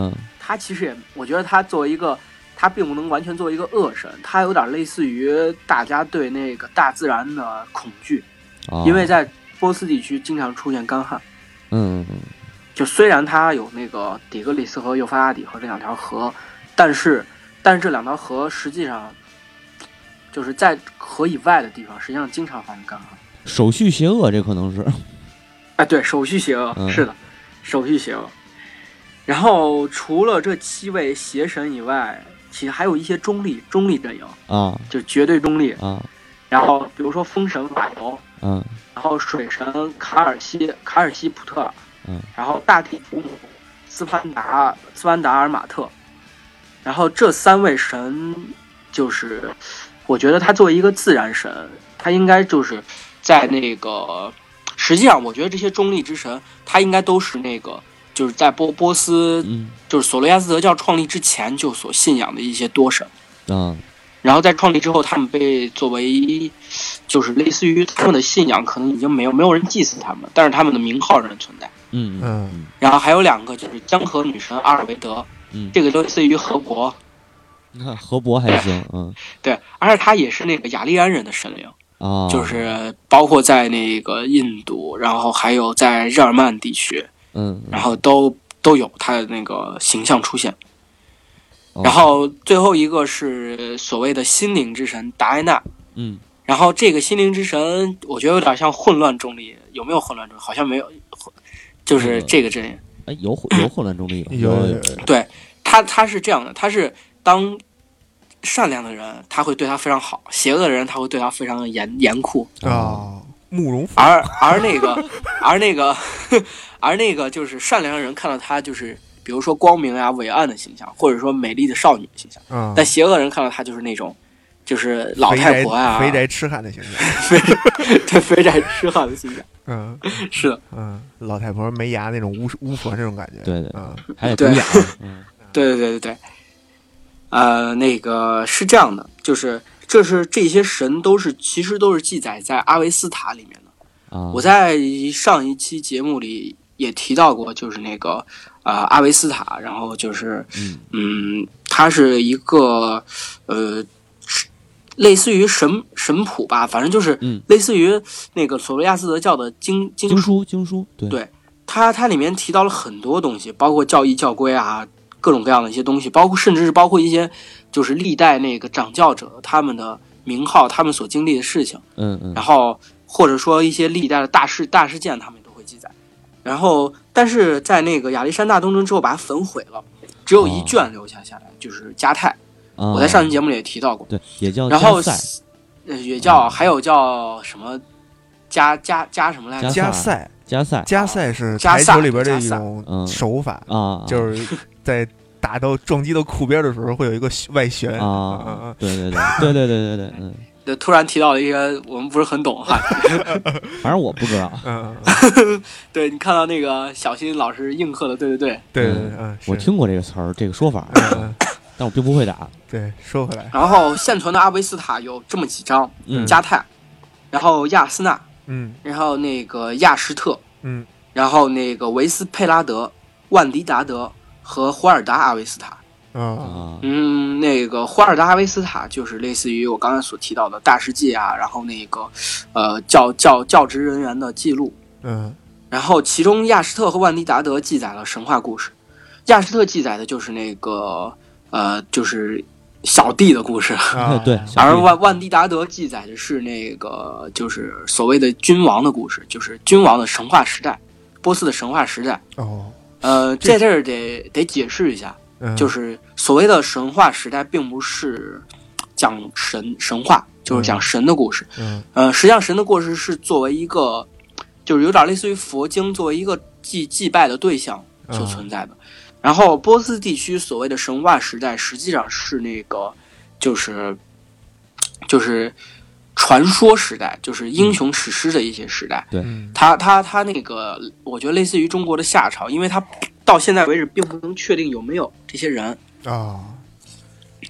[SPEAKER 2] 嗯
[SPEAKER 3] 他其实也，我觉得他作为一个，他并不能完全作为一个恶神，他有点类似于大家对那个大自然的恐惧，
[SPEAKER 2] 啊，
[SPEAKER 3] 因为在波斯地区经常出现干旱。
[SPEAKER 2] 嗯嗯嗯
[SPEAKER 3] 就虽然它有那个底格里斯河、幼发拉底河这两条河，但是但是这两条河实际上就是在河以外的地方，实际上经常发生干旱。
[SPEAKER 2] 手续邪恶，这可能是
[SPEAKER 3] 哎，对手续邪恶、
[SPEAKER 2] 嗯
[SPEAKER 3] 是的，手续邪恶。然后除了这七位邪神以外，其实还有一些中立中立阵营，
[SPEAKER 2] 啊
[SPEAKER 3] 就是绝对中立。
[SPEAKER 2] 啊
[SPEAKER 3] 然后比如说风神瓦尤，
[SPEAKER 2] 嗯
[SPEAKER 3] 然后水神卡尔西卡尔西普特尔，
[SPEAKER 2] 嗯，
[SPEAKER 3] 然后大地父母斯潘达斯潘达尔马特，然后这三位神就是，我觉得他作为一个自然神，他应该就是在那个，实际上我觉得这些中立之神，他应该都是那个就是在波波斯
[SPEAKER 2] 嗯
[SPEAKER 3] 就是索罗亚斯德教创立之前就所信仰的一些多神。
[SPEAKER 2] 啊
[SPEAKER 3] 然后在创立之后，他们被作为，就是类似于他们的信仰，可能已经没有没有人祭祀他们，但是他们的名号仍然存在。
[SPEAKER 2] 嗯嗯
[SPEAKER 1] 嗯
[SPEAKER 3] 然后还有两个就是江河女神阿尔维德，
[SPEAKER 2] 嗯，
[SPEAKER 3] 这个类似于河伯，
[SPEAKER 2] 你看河伯还行，嗯
[SPEAKER 3] 对，而且她也是那个雅利安人的神灵，
[SPEAKER 2] 啊，
[SPEAKER 3] 就是包括在那个印度，然后还有在日耳曼地区，
[SPEAKER 2] 嗯，
[SPEAKER 3] 然后都都有她的那个形象出现。
[SPEAKER 2] 哦
[SPEAKER 3] 然后最后一个是所谓的心灵之神达埃娜，
[SPEAKER 2] 嗯
[SPEAKER 3] 然后这个心灵之神，我觉得有点像混乱中立，有没有混乱中立？好像没有，就是这个阵营。
[SPEAKER 2] 哎有有混乱中立吧？
[SPEAKER 1] 有
[SPEAKER 2] 嗯有
[SPEAKER 3] 他他是这样的，他是当善良的人，他会对他非常好；邪恶的人，他会对他非常的严严酷。
[SPEAKER 2] 嗯
[SPEAKER 1] 啊，慕容复
[SPEAKER 3] 而而那 <laughs> 个，而那个， <laughs> 而那个就是善良的人看到他就是，比如说光明呀、伟岸的形象，或者说美丽的少女的形象；
[SPEAKER 1] 啊，
[SPEAKER 3] 但邪恶人看到他就是那种，就是老太婆啊呀、
[SPEAKER 1] 肥宅肥宅痴汉的形
[SPEAKER 3] <laughs>
[SPEAKER 1] 象，
[SPEAKER 3] 对肥宅痴汉的形象。
[SPEAKER 1] 嗯
[SPEAKER 3] <laughs> 是的，
[SPEAKER 1] 嗯，老太婆没牙那种巫巫婆那种感觉，
[SPEAKER 2] 对对，
[SPEAKER 1] 啊，
[SPEAKER 2] 还得独
[SPEAKER 3] 对
[SPEAKER 2] 眼，嗯
[SPEAKER 3] 对对对对对，呃，那个是这样的，就是这是这些神都是其实都是记载在阿维斯塔里面的。
[SPEAKER 2] 啊，
[SPEAKER 3] 我在上一期节目里也提到过，就是那个呃阿维斯塔，然后就是
[SPEAKER 2] 嗯
[SPEAKER 3] 嗯，它是一个呃。类似于神神谱吧，反正就是
[SPEAKER 2] 嗯
[SPEAKER 3] 类似于那个索罗亚斯德教的经经
[SPEAKER 2] 经
[SPEAKER 3] 书，
[SPEAKER 2] 书经书对
[SPEAKER 3] 对它它里面提到了很多东西，包括教义、教规啊，各种各样的一些东西，包括甚至是包括一些就是历代那个掌教者他们的名号，他们所经历的事情，
[SPEAKER 2] 嗯嗯
[SPEAKER 3] 然后或者说一些历代的大事大事件，他们都会记载。然后，但是在那个亚历山大东征之后，把它焚毁了，只有一
[SPEAKER 2] 哦
[SPEAKER 3] 卷留下下来，就是迦太。
[SPEAKER 2] 啊，
[SPEAKER 3] 我在上期节目里也提到过，
[SPEAKER 2] 对也叫
[SPEAKER 3] 然后
[SPEAKER 2] 加塞
[SPEAKER 3] 呃也叫还有叫什么加加加什么来着？
[SPEAKER 1] 加
[SPEAKER 2] 加
[SPEAKER 1] 赛
[SPEAKER 2] 加塞
[SPEAKER 1] 加赛是
[SPEAKER 3] 加
[SPEAKER 1] 台
[SPEAKER 3] 赛
[SPEAKER 1] 球里边的一
[SPEAKER 3] 加赛
[SPEAKER 1] 种
[SPEAKER 2] 嗯
[SPEAKER 1] 手法，
[SPEAKER 2] 啊，
[SPEAKER 1] 就是在打到撞击到裤边的时候会有一个外旋嗯
[SPEAKER 2] 啊，，对对对对对对对对，嗯，
[SPEAKER 3] 对突然提到了一些我们不是很懂哈，
[SPEAKER 2] 反正我不知道，
[SPEAKER 1] 嗯，嗯
[SPEAKER 3] 对你看到那个小新老师应和的，对对对。
[SPEAKER 1] 对对对，嗯， <laughs> 是
[SPEAKER 2] 我，听过这个词儿这个说法，
[SPEAKER 1] 嗯，嗯
[SPEAKER 2] <laughs>
[SPEAKER 1] 啊
[SPEAKER 2] 但我并不会打，啊
[SPEAKER 1] 对，说回来，
[SPEAKER 3] 然后现存的阿维斯塔有这么几张：
[SPEAKER 2] 嗯
[SPEAKER 3] 加泰，然后亚斯纳，
[SPEAKER 1] 嗯
[SPEAKER 3] 然后那个亚什特，
[SPEAKER 1] 嗯
[SPEAKER 3] 然后那个维斯佩拉德、万迪达德和胡尔达阿维斯塔。
[SPEAKER 1] 啊，
[SPEAKER 2] 啊，
[SPEAKER 3] 嗯，那个胡尔达阿维斯塔就是类似于我刚才所提到的大世界啊，然后那个呃教教教职人员的记录。
[SPEAKER 1] 嗯
[SPEAKER 3] 然后其中亚什特和万迪达德记载了神话故事，亚什特记载的就是那个呃，就是小弟的故事， <laughs>
[SPEAKER 1] 啊，
[SPEAKER 2] 对，小
[SPEAKER 3] 而
[SPEAKER 2] 弟
[SPEAKER 3] 万万迪达德记载的是那个就是所谓的君王的故事，就是君王的神话时代，波斯的神话时代。
[SPEAKER 1] 哦，
[SPEAKER 3] 呃，
[SPEAKER 1] 这
[SPEAKER 3] 在这儿得得解释一下，
[SPEAKER 1] 嗯
[SPEAKER 3] 就是所谓的神话时代，并不是讲神神话，就是讲神的故事。
[SPEAKER 1] 嗯
[SPEAKER 3] 呃，实际上神的过世是作为一个，就是有点类似于佛经作为一个祭祭拜的对象所存在的。然后波斯地区所谓的神话时代，实际上是那个，就是，就是传说时代，就是英雄史诗的一些时代。
[SPEAKER 1] 嗯
[SPEAKER 3] 它它它那个，我觉得类似于中国的夏朝，因为它到现在为止并不能确定有没有这些人，
[SPEAKER 1] 啊，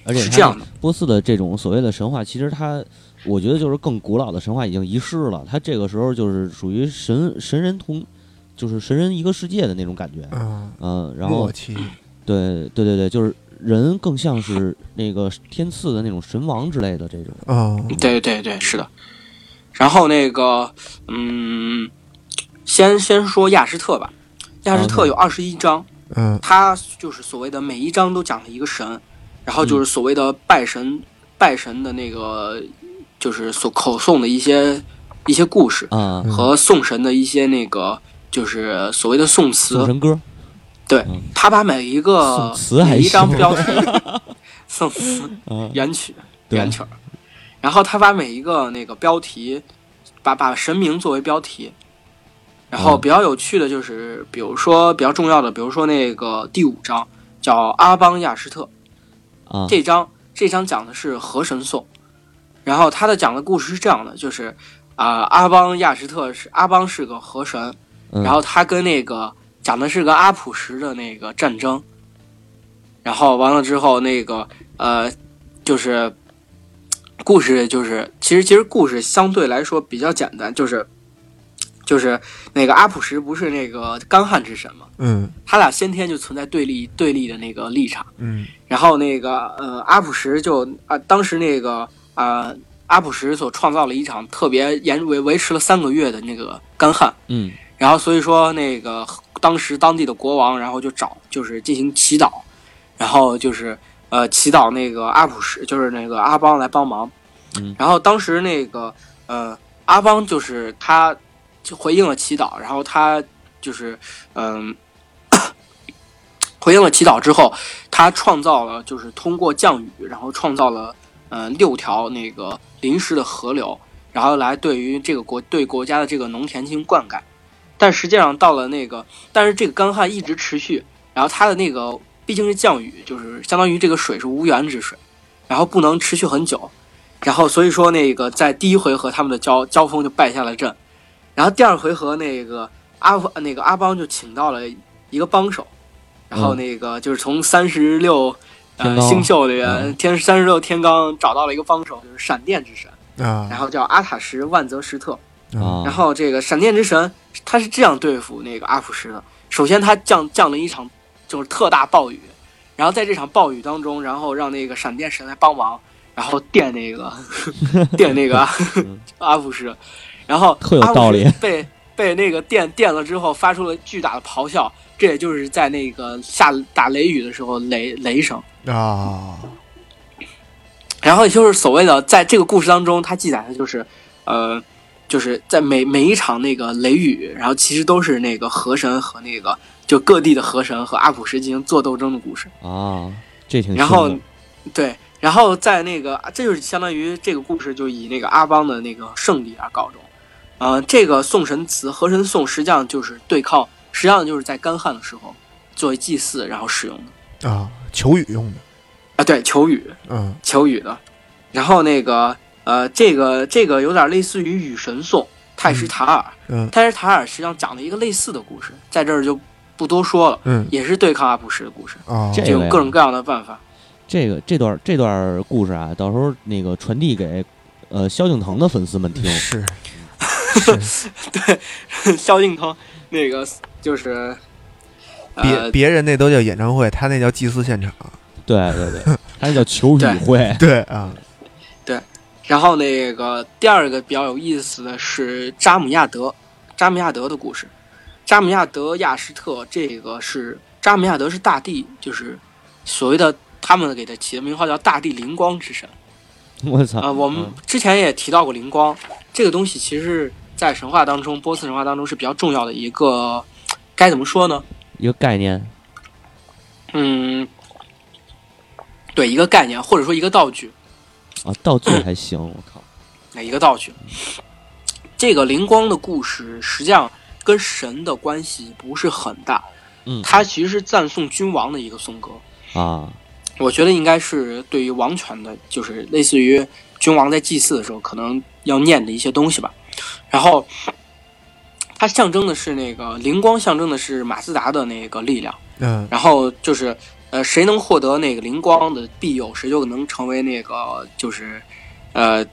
[SPEAKER 2] 而且
[SPEAKER 3] 是
[SPEAKER 2] 它
[SPEAKER 3] 这样的
[SPEAKER 2] 波斯的这种所谓的神话，其实它，我觉得就是更古老的神话已经遗失了。它这个时候就是属于神神人同，就是神人一个世界的那种感觉。
[SPEAKER 1] 嗯，
[SPEAKER 2] 嗯，然后
[SPEAKER 1] 默契，
[SPEAKER 2] 对对对对，就是人更像是那个天赐的那种神王之类的这种。
[SPEAKER 1] 嗯，
[SPEAKER 3] 对对对，是的。然后那个，嗯，先先说亚什特吧。亚什特有二十一章，
[SPEAKER 1] 嗯
[SPEAKER 3] 他就是所谓的每一章都讲了一个神，然然
[SPEAKER 2] 嗯
[SPEAKER 3] 后就是所谓的拜神，拜神的那个就是所口诵的一些一些故事
[SPEAKER 2] 啊，
[SPEAKER 1] 嗯
[SPEAKER 3] 和送神的一些那个就是所谓的宋
[SPEAKER 2] 送
[SPEAKER 3] 词，
[SPEAKER 2] 神歌
[SPEAKER 3] 他把每一个
[SPEAKER 2] 宋词还
[SPEAKER 3] 每一张
[SPEAKER 2] 行 <laughs>
[SPEAKER 3] 标题宋词
[SPEAKER 2] 啊，
[SPEAKER 3] 原曲
[SPEAKER 2] 对
[SPEAKER 3] 原曲儿，然后他把每一个那个标题，把把神明作为标题，然后
[SPEAKER 2] 嗯
[SPEAKER 3] 比较有趣的就是，比如说比较重要的，比如说那个第五章叫阿邦亚施特，
[SPEAKER 2] 啊，
[SPEAKER 3] 这章这章讲的是河神颂，然后他的讲的故事是这样的，就是啊、阿邦亚什特是阿邦是个河神，
[SPEAKER 2] 嗯
[SPEAKER 3] 然后他跟那个讲的是个阿普什的那个战争，然后完了之后那个呃就是故事就是其实其实故事相对来说比较简单，就是就是那个阿普什不是那个干旱之神嘛，
[SPEAKER 1] 嗯
[SPEAKER 3] 他俩先天就存在对立对立的那个立场。
[SPEAKER 1] 嗯
[SPEAKER 3] 然后那个呃，阿普什就啊、当时那个啊、阿普什所创造了一场特别严维维持了三个月的那个干旱，
[SPEAKER 2] 嗯
[SPEAKER 3] 然后所以说那个当时当地的国王，然后就找就是进行祈祷，然后就是呃祈祷那个阿普什，就是那个阿邦来帮忙。
[SPEAKER 2] 嗯
[SPEAKER 3] 然后当时那个呃阿邦就是他就回应了祈祷，然后他就是嗯、 <coughs> 回应了祈祷之后，他创造了就是通过降雨，然后创造了呃六条那个临时的河流，然后来对于这个国对国家的这个农田进行灌溉。但实际上到了那个，但是这个干旱一直持续，然后它的那个毕竟是降雨，就是相当于这个水是无源之水，然后不能持续很久，然后所以说那个在第一回合他们的交交锋就败下了阵，然后第二回合那个阿夫那个阿邦就请到了一个帮手，然后
[SPEAKER 2] 嗯
[SPEAKER 3] 那个就是从三十六
[SPEAKER 2] 天
[SPEAKER 3] 呃
[SPEAKER 2] 罡
[SPEAKER 3] 星宿里面
[SPEAKER 2] 嗯
[SPEAKER 3] 天三十六天罡找到了一个帮手，就是闪电之神，
[SPEAKER 2] 嗯
[SPEAKER 1] 啊，
[SPEAKER 3] 然后叫阿塔什万泽什特，
[SPEAKER 2] 啊，
[SPEAKER 3] 然后这个闪电之神他是这样对付那个阿普什的：首先他降降了一场就是特大暴雨，然后在这场暴雨当中，然后让那个闪电神来帮忙，然后电那个 <laughs> 电
[SPEAKER 2] <laughs>
[SPEAKER 3] 那个阿普什，然后
[SPEAKER 2] 特有道理
[SPEAKER 3] 阿普什被被那个电电了之后发出了巨大的咆哮，这也就是在那个下打雷雨的时候雷雷声。
[SPEAKER 1] 啊，
[SPEAKER 3] 然后也就是所谓的，在这个故事当中，它记载的就是，呃，就是在每每一场那个雷雨，然后其实都是那个河神和那个就各地的河神和阿普什进行做斗争的故事。
[SPEAKER 2] 啊，这挺凶
[SPEAKER 3] 然后
[SPEAKER 2] 的，
[SPEAKER 3] 对，然后在那个，这就是相当于这个故事就以那个阿邦的那个胜利而告终。呃，这个送神祠河神颂实际上就是对抗，实际上就是在干旱的时候作为祭祀然后使用的
[SPEAKER 1] 啊，求雨用的，
[SPEAKER 3] 啊，对，求雨。
[SPEAKER 1] 嗯
[SPEAKER 3] 求雨的。然后那个呃，这个这个有点类似于雨神颂泰什塔尔，
[SPEAKER 1] 嗯
[SPEAKER 3] 泰什塔尔实际上讲了一个类似的故事，在这儿就不多说了，
[SPEAKER 1] 嗯
[SPEAKER 3] 也是对抗阿普什的故事，
[SPEAKER 1] 啊，
[SPEAKER 2] 这
[SPEAKER 3] 就有
[SPEAKER 2] 个呀
[SPEAKER 3] 各种各样的办法。 <laughs>
[SPEAKER 2] 这个这段这段故事啊，到时候那个传递给呃萧敬腾的粉
[SPEAKER 1] <laughs>
[SPEAKER 2] 丝们听，
[SPEAKER 1] 是是
[SPEAKER 3] 萧敬腾那个就是
[SPEAKER 1] 别
[SPEAKER 3] 呃，啊
[SPEAKER 1] 别人那都叫演唱会，他那叫祭祀现场，
[SPEAKER 2] 对对对，他那叫求雨
[SPEAKER 3] 对
[SPEAKER 2] 会， <laughs>
[SPEAKER 1] 对啊，
[SPEAKER 3] 然后那个第二个比较有意思的是扎姆亚德，扎姆亚德的故事。扎姆亚德亚什特这个是扎姆亚德是大地，就是所谓的他们给他起的名号叫大地灵光之神。
[SPEAKER 2] 我操
[SPEAKER 3] 啊、我们之前也提到过灵光这个东西，其实在神话当中，波斯神话当中是比较重要的一个，该怎么说呢？
[SPEAKER 2] 一个概念，
[SPEAKER 3] 嗯，对，一个概念或者说一个道具，
[SPEAKER 2] 啊，道具还行，我靠，
[SPEAKER 3] 哪一个道具？这个灵光的故事实际上跟神的关系不是很大，
[SPEAKER 2] 嗯
[SPEAKER 3] 它其实是赞颂君王的一个颂歌。
[SPEAKER 2] 啊，
[SPEAKER 3] 我觉得应该是对于王权的，就是类似于君王在祭祀的时候可能要念的一些东西吧。然后，它象征的是那个灵光，象征的是马自达的那个力量。
[SPEAKER 1] 嗯
[SPEAKER 3] 然后就是，呃，谁能获得那个灵光的庇佑，谁就能成为那个就是，呃，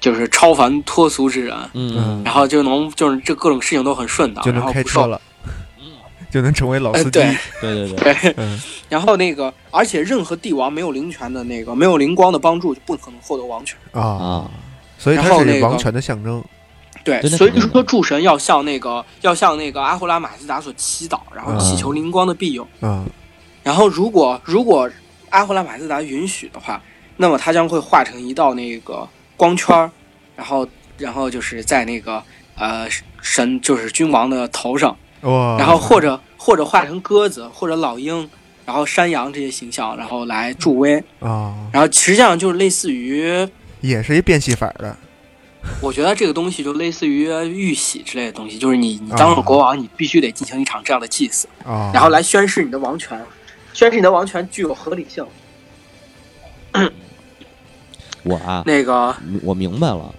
[SPEAKER 3] 就是超凡脱俗之人。
[SPEAKER 2] 嗯，
[SPEAKER 3] 然后就能就是这各种事情都很顺当，
[SPEAKER 1] 就
[SPEAKER 3] 然
[SPEAKER 1] 能
[SPEAKER 3] 后
[SPEAKER 1] 开
[SPEAKER 3] 不受嗯
[SPEAKER 1] 车了， <laughs> 就能成为老
[SPEAKER 3] 呃
[SPEAKER 1] 司机，
[SPEAKER 3] 对
[SPEAKER 2] 对对
[SPEAKER 3] <laughs>
[SPEAKER 2] 对，
[SPEAKER 3] 对，
[SPEAKER 1] 嗯
[SPEAKER 3] 然后那个，而且任何帝王没有灵权的那个，没有灵光的帮助，就不可能获得王权。
[SPEAKER 1] 啊，
[SPEAKER 2] 啊，
[SPEAKER 1] 所以
[SPEAKER 3] 然后
[SPEAKER 1] 它
[SPEAKER 3] 那
[SPEAKER 1] 是
[SPEAKER 3] 个
[SPEAKER 1] 王权的象征，
[SPEAKER 3] 对，
[SPEAKER 2] 真的
[SPEAKER 3] 所
[SPEAKER 2] 是
[SPEAKER 3] 以
[SPEAKER 2] 这样
[SPEAKER 3] 说诸神要向那个要向那个阿
[SPEAKER 1] 啊
[SPEAKER 3] 胡拉马斯达所祈祷，然后祈求灵光的庇佑。
[SPEAKER 1] 嗯
[SPEAKER 3] 然后如果如果阿胡拉马自达允许的话，那么它将会化成一道那个光圈儿，然后然后就是在那个呃神就是君王的头上，
[SPEAKER 1] 哇，
[SPEAKER 3] 然后或者或者化成鸽子或者老鹰，然后山羊这些形象，然后来助威，
[SPEAKER 1] 啊，
[SPEAKER 3] 然后实际上就是类似于，
[SPEAKER 1] 也是一变戏法的，
[SPEAKER 3] 我觉得这个东西就类似于玉玺之类的东西，就是你你当了国王，你必须得进行一场这样的祭祀，
[SPEAKER 1] 啊，
[SPEAKER 3] 然后来宣誓你的王权，宣誓你的王权具有合理性。
[SPEAKER 2] 我啊，
[SPEAKER 3] 那个
[SPEAKER 2] 我明白了，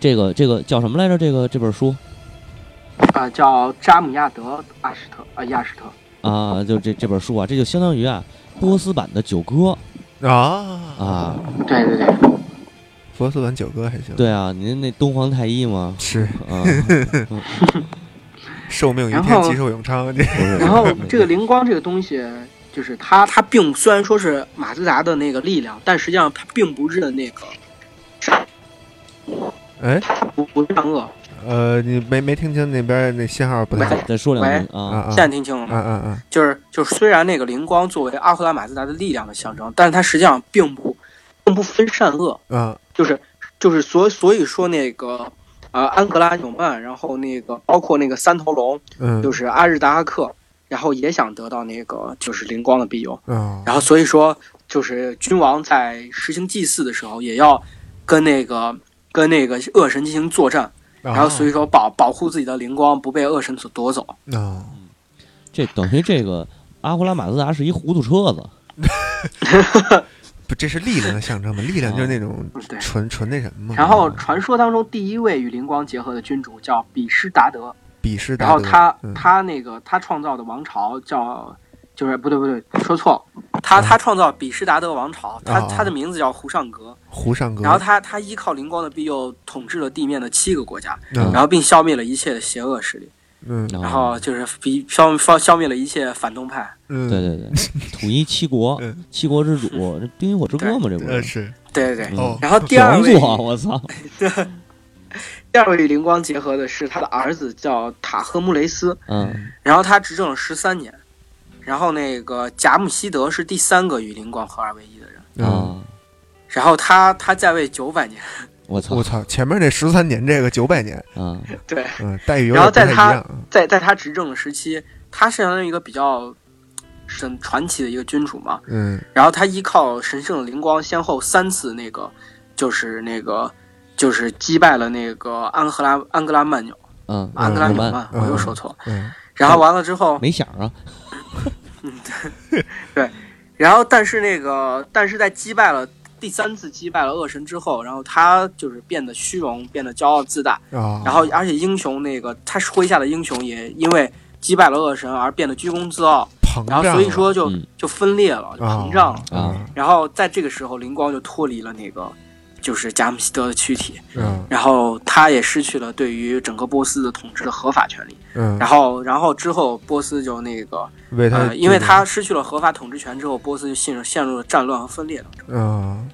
[SPEAKER 2] 这个这个叫什么来着？这个这本书
[SPEAKER 3] 啊、叫扎姆亚德阿什特啊、亚什特，
[SPEAKER 2] 啊，就这这本书啊，这就相当于啊波斯版的九歌
[SPEAKER 1] 啊，
[SPEAKER 2] 啊，
[SPEAKER 3] 对对对，
[SPEAKER 1] 佛斯文九哥还行，，
[SPEAKER 2] 对啊，您那东皇太一嘛，
[SPEAKER 1] 是
[SPEAKER 2] 啊，
[SPEAKER 1] 受命于
[SPEAKER 3] 然
[SPEAKER 1] 天，
[SPEAKER 3] 后
[SPEAKER 1] 即受永昌，这
[SPEAKER 3] <laughs> 然后这个灵光这个东西，就是它它并虽然说是马自达的那个力量，但实际上它并不是那个
[SPEAKER 1] <laughs> 哎，
[SPEAKER 3] 它不不善恶。
[SPEAKER 1] 呃，你没没听清那边那信号不太好
[SPEAKER 2] 再说两句
[SPEAKER 1] 啊
[SPEAKER 2] 啊，
[SPEAKER 1] 啊
[SPEAKER 3] 现在听清了
[SPEAKER 1] 啊
[SPEAKER 3] 吗？
[SPEAKER 1] 啊啊，
[SPEAKER 3] 就是就是虽然那个灵光作为阿胡拉马自达的力量的象征，但是它实际上并不并不分善恶，
[SPEAKER 1] 啊
[SPEAKER 3] 就是就是所所以说那个。呃，安格拉纽曼，然后那个包括那个三头龙，
[SPEAKER 1] 嗯
[SPEAKER 3] 就是阿日达阿克，然后也想得到那个就是灵光的庇佑，
[SPEAKER 1] 啊
[SPEAKER 3] 然后所以说，就是君王在实行祭祀的时候，也要跟那个跟那个恶神进行作战，
[SPEAKER 1] 哦
[SPEAKER 3] 然后所以说保保护自己的灵光不被恶神所夺走。
[SPEAKER 1] 啊，
[SPEAKER 2] 这等于这个阿胡拉马自达是一糊涂车子，
[SPEAKER 1] 不，这是力量的象征嘛？力量就是那种
[SPEAKER 3] 对。
[SPEAKER 1] 纯纯那什么嘛。
[SPEAKER 3] 哦然后传说当中第一位与灵光结合的君主叫比施达德，
[SPEAKER 1] 比试达
[SPEAKER 3] 然
[SPEAKER 1] 德，
[SPEAKER 3] 后他
[SPEAKER 1] 嗯
[SPEAKER 3] 他那个他创造的王朝叫。就是不对不对，说错了，他他创造比施达德王朝，他
[SPEAKER 1] 嗯啊嗯啊
[SPEAKER 3] 他的名字叫胡尚格，
[SPEAKER 1] 胡尚格，
[SPEAKER 3] 然后他他依靠灵光的庇佑，统治了地面的七个国家，
[SPEAKER 1] 嗯
[SPEAKER 3] 然后并消灭了一切的邪恶势力。
[SPEAKER 1] 嗯
[SPEAKER 2] 然
[SPEAKER 3] 然后就是比消消消灭了一切反动派。
[SPEAKER 1] 嗯，
[SPEAKER 2] 对对对，统一七国
[SPEAKER 3] 哦
[SPEAKER 1] 嗯，
[SPEAKER 2] 七国之主，这冰与火之歌嘛，这不
[SPEAKER 1] 呃
[SPEAKER 2] 是
[SPEAKER 1] 是
[SPEAKER 3] 对对对。
[SPEAKER 1] 哦
[SPEAKER 3] 然后第二
[SPEAKER 2] 王
[SPEAKER 3] 位
[SPEAKER 2] 座，
[SPEAKER 1] 啊
[SPEAKER 2] 我操，
[SPEAKER 3] 第二位与灵光结合的是他的儿子叫塔赫穆雷斯，
[SPEAKER 2] 嗯，
[SPEAKER 3] 然后他执政了十三年。然后那个贾姆希德是第三个与灵光合二为一的人，
[SPEAKER 1] 嗯，
[SPEAKER 2] 啊，
[SPEAKER 3] 然后他他在位九百年，
[SPEAKER 2] 我操
[SPEAKER 1] 我，操，前面那十三年这个九百年，
[SPEAKER 2] 啊，
[SPEAKER 3] 对，
[SPEAKER 1] 嗯，待遇有
[SPEAKER 3] 然
[SPEAKER 1] 点不
[SPEAKER 3] 后
[SPEAKER 1] 太
[SPEAKER 3] 在
[SPEAKER 1] 一
[SPEAKER 3] 他
[SPEAKER 1] 样。嗯
[SPEAKER 3] 在在他执政的时期，他是相当于一个比较神传奇的一个君主嘛，
[SPEAKER 1] 嗯
[SPEAKER 3] 然后他依靠神圣的灵光，先后三次那个，就是那个，就是击败了那个安赫拉安格拉曼纽
[SPEAKER 2] 嗯，
[SPEAKER 3] 安格拉
[SPEAKER 2] 我
[SPEAKER 3] 纽
[SPEAKER 2] 们
[SPEAKER 3] 曼，
[SPEAKER 1] 嗯
[SPEAKER 3] 我又说错了。
[SPEAKER 1] 嗯
[SPEAKER 3] 然后完了之后，
[SPEAKER 2] 没响啊，
[SPEAKER 3] 然后但是那个，但是在击败了第三次击败了恶神之后，然后他就是变得虚荣，变得骄傲自大，
[SPEAKER 1] 啊，
[SPEAKER 3] 然后而且英雄那个他麾下的英雄也因为击败了恶神而变得居功自傲，
[SPEAKER 1] 膨胀
[SPEAKER 3] 然后
[SPEAKER 1] 了，
[SPEAKER 3] 所以说就
[SPEAKER 2] 嗯
[SPEAKER 3] 就分裂了，就
[SPEAKER 1] 啊
[SPEAKER 3] 膨胀了。嗯
[SPEAKER 2] 啊
[SPEAKER 3] 然后在这个时候，灵光就脱离了那个就是贾姆希德的躯体，
[SPEAKER 1] 嗯
[SPEAKER 3] 然后他也失去了对于整个波斯的统治的合法权利。
[SPEAKER 1] 嗯
[SPEAKER 3] 然，后，然后之后波斯就那个
[SPEAKER 1] 为他这
[SPEAKER 3] 呃，
[SPEAKER 1] 个，
[SPEAKER 3] 因为他失去了合法统治权之后，波斯就陷入陷入了战乱和分裂当中。
[SPEAKER 1] 嗯。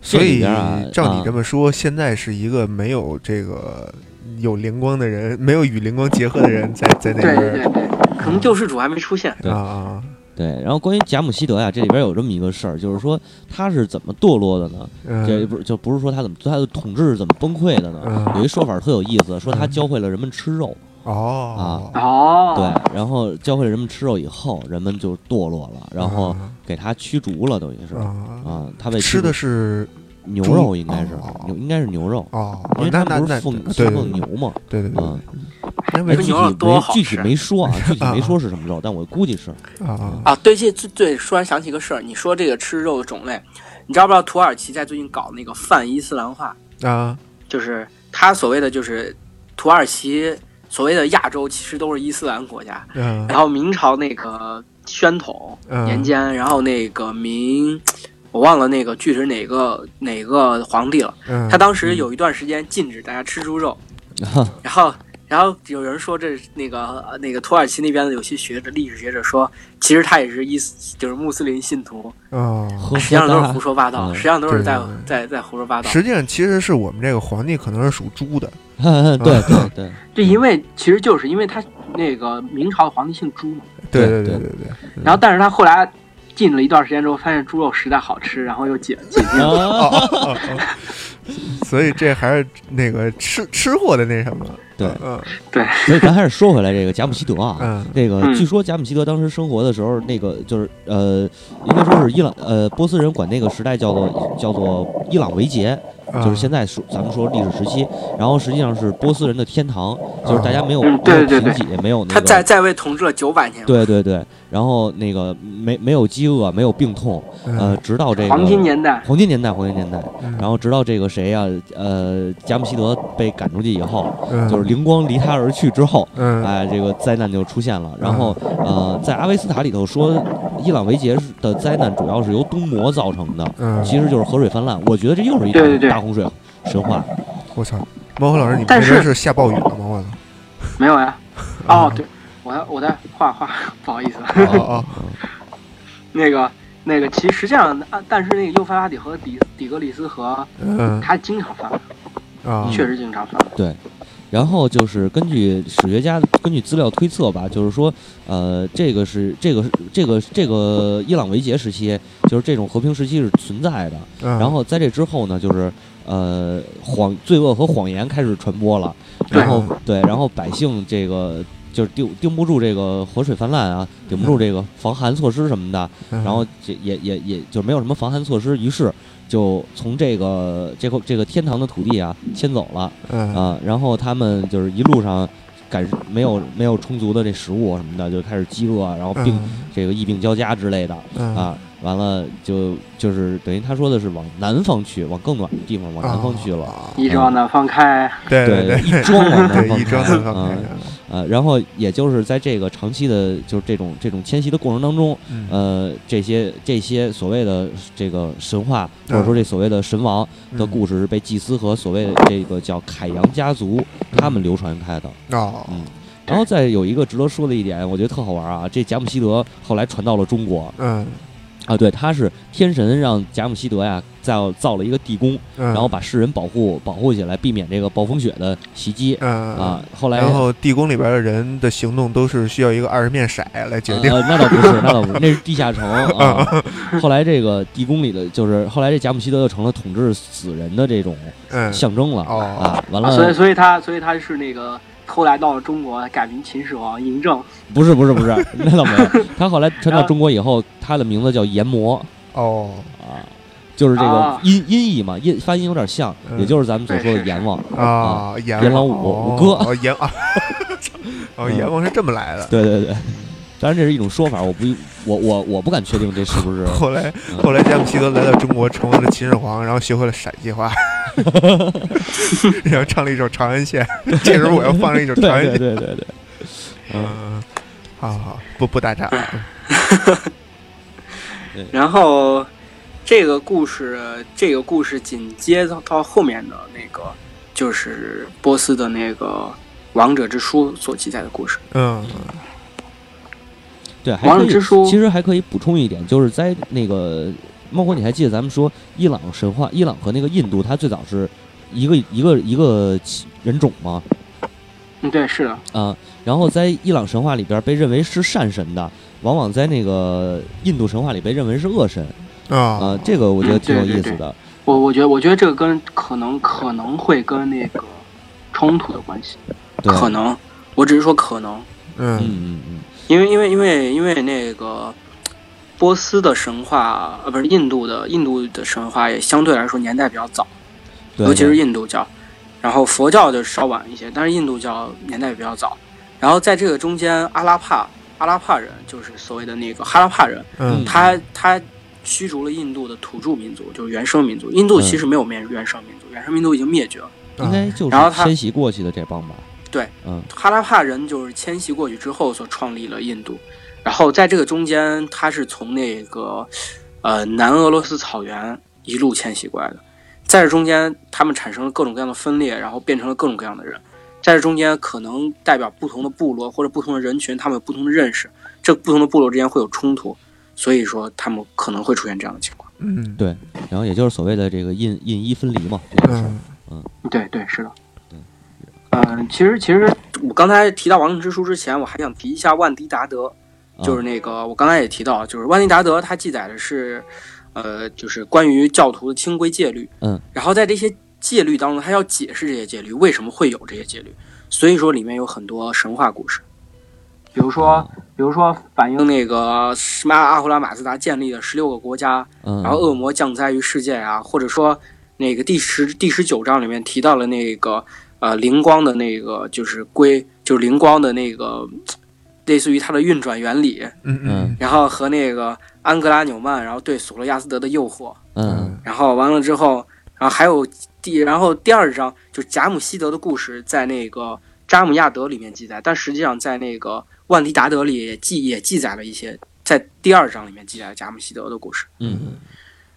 [SPEAKER 1] 所
[SPEAKER 2] 这里
[SPEAKER 1] 以
[SPEAKER 2] 边啊，
[SPEAKER 1] 照
[SPEAKER 2] 啊
[SPEAKER 1] 你这么说，现在是一个没有这个有灵光的人，没有与灵光结合的人在在那
[SPEAKER 3] 对
[SPEAKER 1] 边
[SPEAKER 3] 对对
[SPEAKER 1] 儿
[SPEAKER 3] 对，可能救世主还没出现。
[SPEAKER 2] 对
[SPEAKER 1] 啊啊，
[SPEAKER 2] 对，然后关于贾姆希德呀、这里边有这么一个事儿，就是说他是怎么堕落的呢？这
[SPEAKER 1] 嗯
[SPEAKER 2] 不是就不是说他怎么他的统治是怎么崩溃的呢？
[SPEAKER 1] 嗯
[SPEAKER 2] 有一说法特有意思，说他教会了人们吃肉，
[SPEAKER 1] 哦，
[SPEAKER 2] 啊
[SPEAKER 3] 哦
[SPEAKER 2] 对，，然后教会了人们吃肉以后，人们就堕落了，然后给他驱逐了，等于是
[SPEAKER 1] 啊，
[SPEAKER 2] 啊，他
[SPEAKER 1] 嗯
[SPEAKER 2] 被驱
[SPEAKER 1] 吃
[SPEAKER 2] 逐
[SPEAKER 1] 的是
[SPEAKER 2] 牛肉应该是
[SPEAKER 1] 猪哦
[SPEAKER 2] 牛应该是牛肉，
[SPEAKER 1] 哦，
[SPEAKER 2] 因为
[SPEAKER 1] 那
[SPEAKER 2] 他
[SPEAKER 1] 那
[SPEAKER 2] 们不
[SPEAKER 1] 那
[SPEAKER 2] 是奉
[SPEAKER 1] 对
[SPEAKER 2] 信奉牛嘛
[SPEAKER 1] 对对对
[SPEAKER 2] 啊，
[SPEAKER 1] 那为什
[SPEAKER 2] 哎具体
[SPEAKER 3] 这牛肉多
[SPEAKER 2] 没
[SPEAKER 3] 好
[SPEAKER 2] 具体
[SPEAKER 3] 吃
[SPEAKER 2] 没
[SPEAKER 1] <laughs>
[SPEAKER 2] 说啊，具体
[SPEAKER 1] 啊
[SPEAKER 2] 没说是什么肉，但我估计
[SPEAKER 3] <laughs>
[SPEAKER 2] 是
[SPEAKER 1] 么啊
[SPEAKER 3] 啊，对，这最最突然想起一个事儿，你说这个吃肉的种类，你知道不知道土耳其在最近搞那个泛伊斯兰化，
[SPEAKER 1] 啊
[SPEAKER 3] 就是他所谓的就是土耳其所谓的亚洲其实都是伊斯兰国家，
[SPEAKER 1] 嗯
[SPEAKER 3] 然后明朝那个宣统
[SPEAKER 1] 嗯
[SPEAKER 3] 年间，然后那个明，我忘了那个具体是哪个哪个皇帝了。
[SPEAKER 1] 嗯，
[SPEAKER 3] 他当时有一段时间禁止大家吃猪肉，
[SPEAKER 2] 嗯
[SPEAKER 3] 然后然后有人说这是那个呃那个土耳其那边的有些学者历史学者说，其实他也是伊斯就是穆斯林信徒，
[SPEAKER 1] 哦。
[SPEAKER 2] 呵
[SPEAKER 3] 实际上都是胡
[SPEAKER 2] 呵
[SPEAKER 3] 说八道，
[SPEAKER 2] 嗯
[SPEAKER 3] 实际上都是在
[SPEAKER 1] 对对对
[SPEAKER 3] 在在胡说八道。
[SPEAKER 1] 实际上，其实是我们这个皇帝可能是属猪的，
[SPEAKER 2] 哒， <laughs> 对对对，
[SPEAKER 3] <laughs> 就因为其实就是因为他那个明朝的皇帝姓朱嘛，
[SPEAKER 1] 对
[SPEAKER 2] 对
[SPEAKER 1] 对
[SPEAKER 2] 对
[SPEAKER 1] 对对。
[SPEAKER 3] 然后但是他后来禁了一段时间之后，发现猪肉实在好吃，然后又解解禁。
[SPEAKER 1] 哦
[SPEAKER 2] 啊，
[SPEAKER 1] 哦哦 <laughs> 所以这还是那个吃吃货的那什么，
[SPEAKER 2] 对
[SPEAKER 1] 嗯
[SPEAKER 2] 所以咱还是说回来这个贾姆希德啊，
[SPEAKER 1] 嗯
[SPEAKER 2] 那个
[SPEAKER 3] 嗯
[SPEAKER 2] 据说贾姆希德当时生活的时候，那个就是呃，应该说是伊朗呃波斯人管那个时代叫做叫做伊朗维杰，
[SPEAKER 1] 嗯，
[SPEAKER 2] 就是现在说咱们说历史时期，然后实际上是波斯人的天堂，就是大家没有没
[SPEAKER 3] 嗯对
[SPEAKER 2] 有
[SPEAKER 3] 对
[SPEAKER 2] 贫
[SPEAKER 3] 对
[SPEAKER 2] 瘠，没有那
[SPEAKER 3] 他在
[SPEAKER 2] 个。
[SPEAKER 3] 在位统治了九百年，
[SPEAKER 2] 对对对，然后那个没没有饥饿，没有病痛，呃，
[SPEAKER 1] 嗯，
[SPEAKER 2] 直到这个
[SPEAKER 3] 黄金年代。
[SPEAKER 2] 黄金年代，黄金年代，
[SPEAKER 1] 嗯
[SPEAKER 2] 然后直到这个谁呀、呃，贾姆希德被赶出去以后，
[SPEAKER 1] 嗯
[SPEAKER 2] 就是灵光离他而去之后，
[SPEAKER 1] 嗯
[SPEAKER 2] 哎，这个灾难就出现了。然后，呃，在阿维斯塔里头说，伊朗维杰的灾难主要是由东魔造成的，
[SPEAKER 1] 嗯，
[SPEAKER 2] 其实就是河水泛滥。我觉得这又是一
[SPEAKER 3] 对对
[SPEAKER 2] 场
[SPEAKER 3] 对
[SPEAKER 2] 大洪水神话。
[SPEAKER 1] 我操，猫火老师，你们那
[SPEAKER 3] 但是
[SPEAKER 1] 边是下暴雨了吗？我操，
[SPEAKER 3] 没有呀？哦，对，我在我在画画，不好意思。啊
[SPEAKER 1] 哦哦，
[SPEAKER 3] 那个那个，其实实际上，啊但是那个幼发拉底河底底格里斯河，
[SPEAKER 1] 嗯
[SPEAKER 3] 它经常发，
[SPEAKER 2] 嗯
[SPEAKER 1] 啊，
[SPEAKER 3] 确实经常发。
[SPEAKER 2] 然后就是根据史学家根据资料推测吧，就是说，呃，这个是这个是这个这个伊朗维杰时期，就是这种和平时期是存在的。
[SPEAKER 1] 嗯
[SPEAKER 2] 然后在这之后呢，就是呃谎罪恶和谎言开始传播了，
[SPEAKER 3] 对
[SPEAKER 1] 嗯
[SPEAKER 2] 然
[SPEAKER 1] 啊
[SPEAKER 2] 后对，然后百姓这个就是顶顶不住这个河水泛滥啊，顶不住这个防寒措施什么的，
[SPEAKER 1] 嗯
[SPEAKER 2] 然后这也也也就没有什么防寒措施，于是就从这个这块这个天堂的土地啊迁走了
[SPEAKER 1] 嗯
[SPEAKER 2] 啊，然后他们就是一路上。感没有没有充足的这食物啊什么的，就开始饥饿啊，然后病、这个疫病交加之类的，
[SPEAKER 1] 嗯
[SPEAKER 2] 啊，完了就就是等于他说的是往南方去，往更暖的地方，往南方去了。，
[SPEAKER 1] 啊
[SPEAKER 3] 一直往南方开，啊
[SPEAKER 1] 对对，
[SPEAKER 2] 一庄往南
[SPEAKER 1] 对
[SPEAKER 2] 方
[SPEAKER 1] 一张
[SPEAKER 2] 开
[SPEAKER 1] 南方
[SPEAKER 2] 啊
[SPEAKER 1] 看见了，
[SPEAKER 2] 呃，然后也就是在这个长期的，就是这种这种迁徙的过程当中，
[SPEAKER 1] 嗯
[SPEAKER 2] 呃，这些这些所谓的这个神话，或者说这所谓的神王
[SPEAKER 1] 嗯
[SPEAKER 2] 的故事，是被祭司和所谓的这个叫凯扬家族
[SPEAKER 1] 嗯
[SPEAKER 2] 他们流传开的。
[SPEAKER 1] 哦，
[SPEAKER 2] 嗯然后再有一个值得说的一点，我觉得特好玩啊！这贾姆希德后来传到了中国
[SPEAKER 1] 嗯
[SPEAKER 2] 啊，对，他是天神让贾姆希德呀造造了一个地宫，
[SPEAKER 1] 嗯，
[SPEAKER 2] 然后把世人保护保护起来，避免这个暴风雪的袭击
[SPEAKER 1] 嗯
[SPEAKER 2] 啊。。后来
[SPEAKER 1] 然后地宫里边的人的行动都是需要一个二十面骰来决定。嗯
[SPEAKER 2] 呃，那倒不
[SPEAKER 1] <laughs>
[SPEAKER 2] 是，那倒不是，那是地下城啊。 <laughs> 后来这个地宫里的，就是后来这贾姆希德就成了统治死人的这种
[SPEAKER 1] 嗯，
[SPEAKER 2] 象征了
[SPEAKER 1] 哦，
[SPEAKER 2] 呃啊。完
[SPEAKER 3] 所以
[SPEAKER 2] 了，
[SPEAKER 3] 所以他所以他是那个后来到了中国，改名秦始皇嬴政。
[SPEAKER 2] 不是不是
[SPEAKER 1] <laughs>
[SPEAKER 2] 不是，那倒没有。他后来传到中国以后，他的名字叫炎魔
[SPEAKER 1] 哦，
[SPEAKER 2] 啊，就是这个
[SPEAKER 3] 啊
[SPEAKER 2] 音音译嘛，音发音有点像，
[SPEAKER 1] 嗯
[SPEAKER 2] 也就是咱们所说的
[SPEAKER 3] 对是
[SPEAKER 2] 阎王。
[SPEAKER 1] 啊，阎
[SPEAKER 2] 阎
[SPEAKER 1] 王
[SPEAKER 2] 王我我哥
[SPEAKER 1] 哦，阎啊， <laughs> 哦，
[SPEAKER 2] 嗯
[SPEAKER 1] 阎王是这么来的。
[SPEAKER 2] 对对对，当然这是一种说法，我不一我我我不敢确定这是不是。
[SPEAKER 1] 后来，
[SPEAKER 2] 嗯
[SPEAKER 1] 后来，詹姆希德来到中国，成为了秦始皇，然后学会了陕
[SPEAKER 2] <laughs>
[SPEAKER 1] 西话，然后唱了一首《长安县》。 <laughs> 这时候我要放上一首《长安县
[SPEAKER 2] 对》。对对对对，嗯，
[SPEAKER 1] 嗯，好好好，不不打岔。啊
[SPEAKER 3] 然后这个故事，这个故事紧接到到后面的那个，就是波斯的那个《王者之书》所记载的故事。
[SPEAKER 1] 嗯
[SPEAKER 2] 对，还
[SPEAKER 3] 王
[SPEAKER 2] 可
[SPEAKER 3] 者
[SPEAKER 2] 以
[SPEAKER 3] 之书
[SPEAKER 2] 其实还可以补充一点，就是在那个猫哥，你还记得咱们说伊朗神话，伊朗和那个印度，它最早是一个一个一个人种嘛
[SPEAKER 3] 嗯，对，是的，
[SPEAKER 2] 啊，然后在伊朗神话里边被认为是善神的，往往在那个印度神话里被认为是恶神
[SPEAKER 1] 啊
[SPEAKER 2] 啊，这个我觉得
[SPEAKER 3] 嗯
[SPEAKER 2] 挺有
[SPEAKER 3] 对对
[SPEAKER 2] 意思
[SPEAKER 3] 对
[SPEAKER 2] 的。
[SPEAKER 3] 我我觉得我觉得这个跟可能可能会跟那个冲突的关系，
[SPEAKER 2] 对，
[SPEAKER 3] 可
[SPEAKER 2] 嗯
[SPEAKER 3] 能，我只是说可能，
[SPEAKER 1] 嗯
[SPEAKER 2] 嗯嗯，
[SPEAKER 3] 因为因为因为因为那个波斯的神话，呃，不是印度的印度的神话也相对来说年代比较早，
[SPEAKER 2] 对，
[SPEAKER 3] 尤其是
[SPEAKER 2] 对
[SPEAKER 3] 印度教，然后佛教就稍晚一些，但是印度教年代比较早。然后在这个中间，阿拉帕阿拉帕人就是所谓的那个哈拉帕人，
[SPEAKER 1] 嗯
[SPEAKER 3] 他他驱逐了印度的土著民族，就是原生民族。印度其实没有面原生民族，原生民族已经灭绝了。
[SPEAKER 1] 嗯
[SPEAKER 2] 应该就
[SPEAKER 3] 然后
[SPEAKER 2] 是
[SPEAKER 3] 他
[SPEAKER 2] 迁徙过去的这帮吧。
[SPEAKER 3] 对，
[SPEAKER 2] 嗯
[SPEAKER 3] 哈拉帕人就是迁徙过去之后所创立了印度，然后在这个中间，他是从那个呃南俄罗斯草原一路迁徙过来的，在这中间他们产生了各种各样的分裂，然后变成了各种各样的人，在这中间可能代表不同的部落或者不同的人群，他们有不同的认识，这不同的部落之间会有冲突，所以说他们可能会出现这样的情况。
[SPEAKER 1] 嗯
[SPEAKER 2] 对，然后也就是所谓的这个印印医分离嘛，这个事儿。
[SPEAKER 1] 嗯
[SPEAKER 3] 对对，是的呃
[SPEAKER 2] 对。
[SPEAKER 3] 嗯、其实其实我刚才提到《王者之书》之前，我还想提一下万迪达德。
[SPEAKER 2] 啊
[SPEAKER 3] 就是那个我刚才也提到，就是万尼达德它记载的是，呃，就是关于教徒的清规戒律。
[SPEAKER 2] 嗯，
[SPEAKER 3] 然后在这些戒律当中，他要解释这些戒律为什么会有这些戒律，所以说里面有很多神话故事，比
[SPEAKER 2] 嗯
[SPEAKER 3] 如说，比如说反映那个什么阿胡拉马自达建立的十六个国家，
[SPEAKER 2] 嗯，
[SPEAKER 3] 然后恶魔降灾于世界啊，或者说那个第十第十九章里面提到了那个呃灵光的那个就是归就是灵光的那个类似于它的运转原理，
[SPEAKER 1] 嗯嗯
[SPEAKER 3] 然后和那个安格拉纽曼，然后对索罗亚斯德的诱惑，
[SPEAKER 2] 嗯
[SPEAKER 3] 然后完了之后，然后还有第然后第二章就是贾姆希德的故事，在那个扎姆亚德里面记载，但实际上在那个万迪达德里也记也记载了一些，在第二章里面记载了贾姆希德的故事。
[SPEAKER 2] 嗯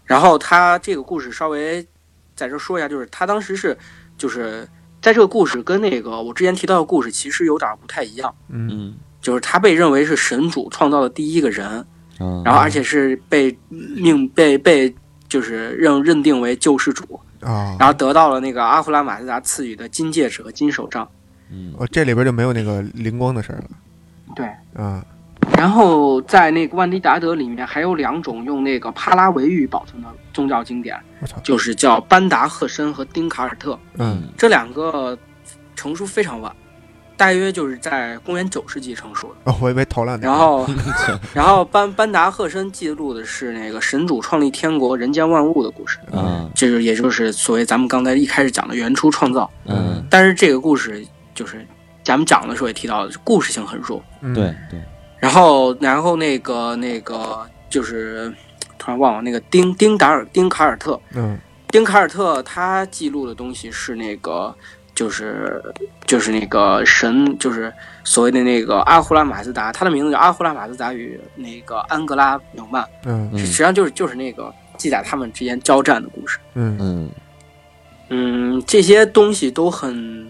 [SPEAKER 3] 然后他这个故事稍微在这说一下，就是他当时是就是在这个故事跟那个我之前提到的故事其实有点不太一样，
[SPEAKER 1] 嗯
[SPEAKER 2] 嗯
[SPEAKER 3] 就是他被认为是神主创造的第一个人，
[SPEAKER 2] 嗯，
[SPEAKER 3] 然后而且是被命被被就是认认定为救世主，
[SPEAKER 1] 嗯啊，
[SPEAKER 3] 然后得到了那个阿胡拉马自达赐予的金戒指和金手杖。
[SPEAKER 2] 嗯
[SPEAKER 1] 哦，这里边就没有那个灵光的事儿了。
[SPEAKER 3] 对，
[SPEAKER 1] 啊，
[SPEAKER 3] 然后在那个万迪达德里面还有两种用那个帕拉维语保存的宗教经典，
[SPEAKER 1] 我操，
[SPEAKER 3] 就是叫班达赫申和丁卡尔特，
[SPEAKER 1] 嗯
[SPEAKER 3] 这两个成书非常晚，大约就是在公元九世纪成
[SPEAKER 1] <laughs>
[SPEAKER 3] 书的。
[SPEAKER 1] 哦，我以为头两年。
[SPEAKER 3] 然后，然后班班达赫申记录的是那个神主创立天国、人间万物的故事。
[SPEAKER 2] <laughs> 啊
[SPEAKER 3] 这就是也就是所谓咱们刚才一开始讲的原初创造。
[SPEAKER 2] 嗯，
[SPEAKER 3] 但是这个故事就是咱们讲的时候也提到，故事性很弱。
[SPEAKER 1] 嗯
[SPEAKER 2] 对，对，
[SPEAKER 3] 然后，然后那个那个就是突然忘了那个丁丁达尔丁卡尔特
[SPEAKER 1] 嗯
[SPEAKER 3] 丁卡尔特他记录的东西是那个就是就是那个神就是所谓的那个阿胡拉马自达，他的名字叫阿胡拉马自达与那个安格拉纽曼，
[SPEAKER 1] 嗯
[SPEAKER 2] 嗯
[SPEAKER 3] 实际上就是就是那个记载他们之间交战的故事。
[SPEAKER 1] 嗯
[SPEAKER 2] 嗯
[SPEAKER 3] 嗯，这些东西都很，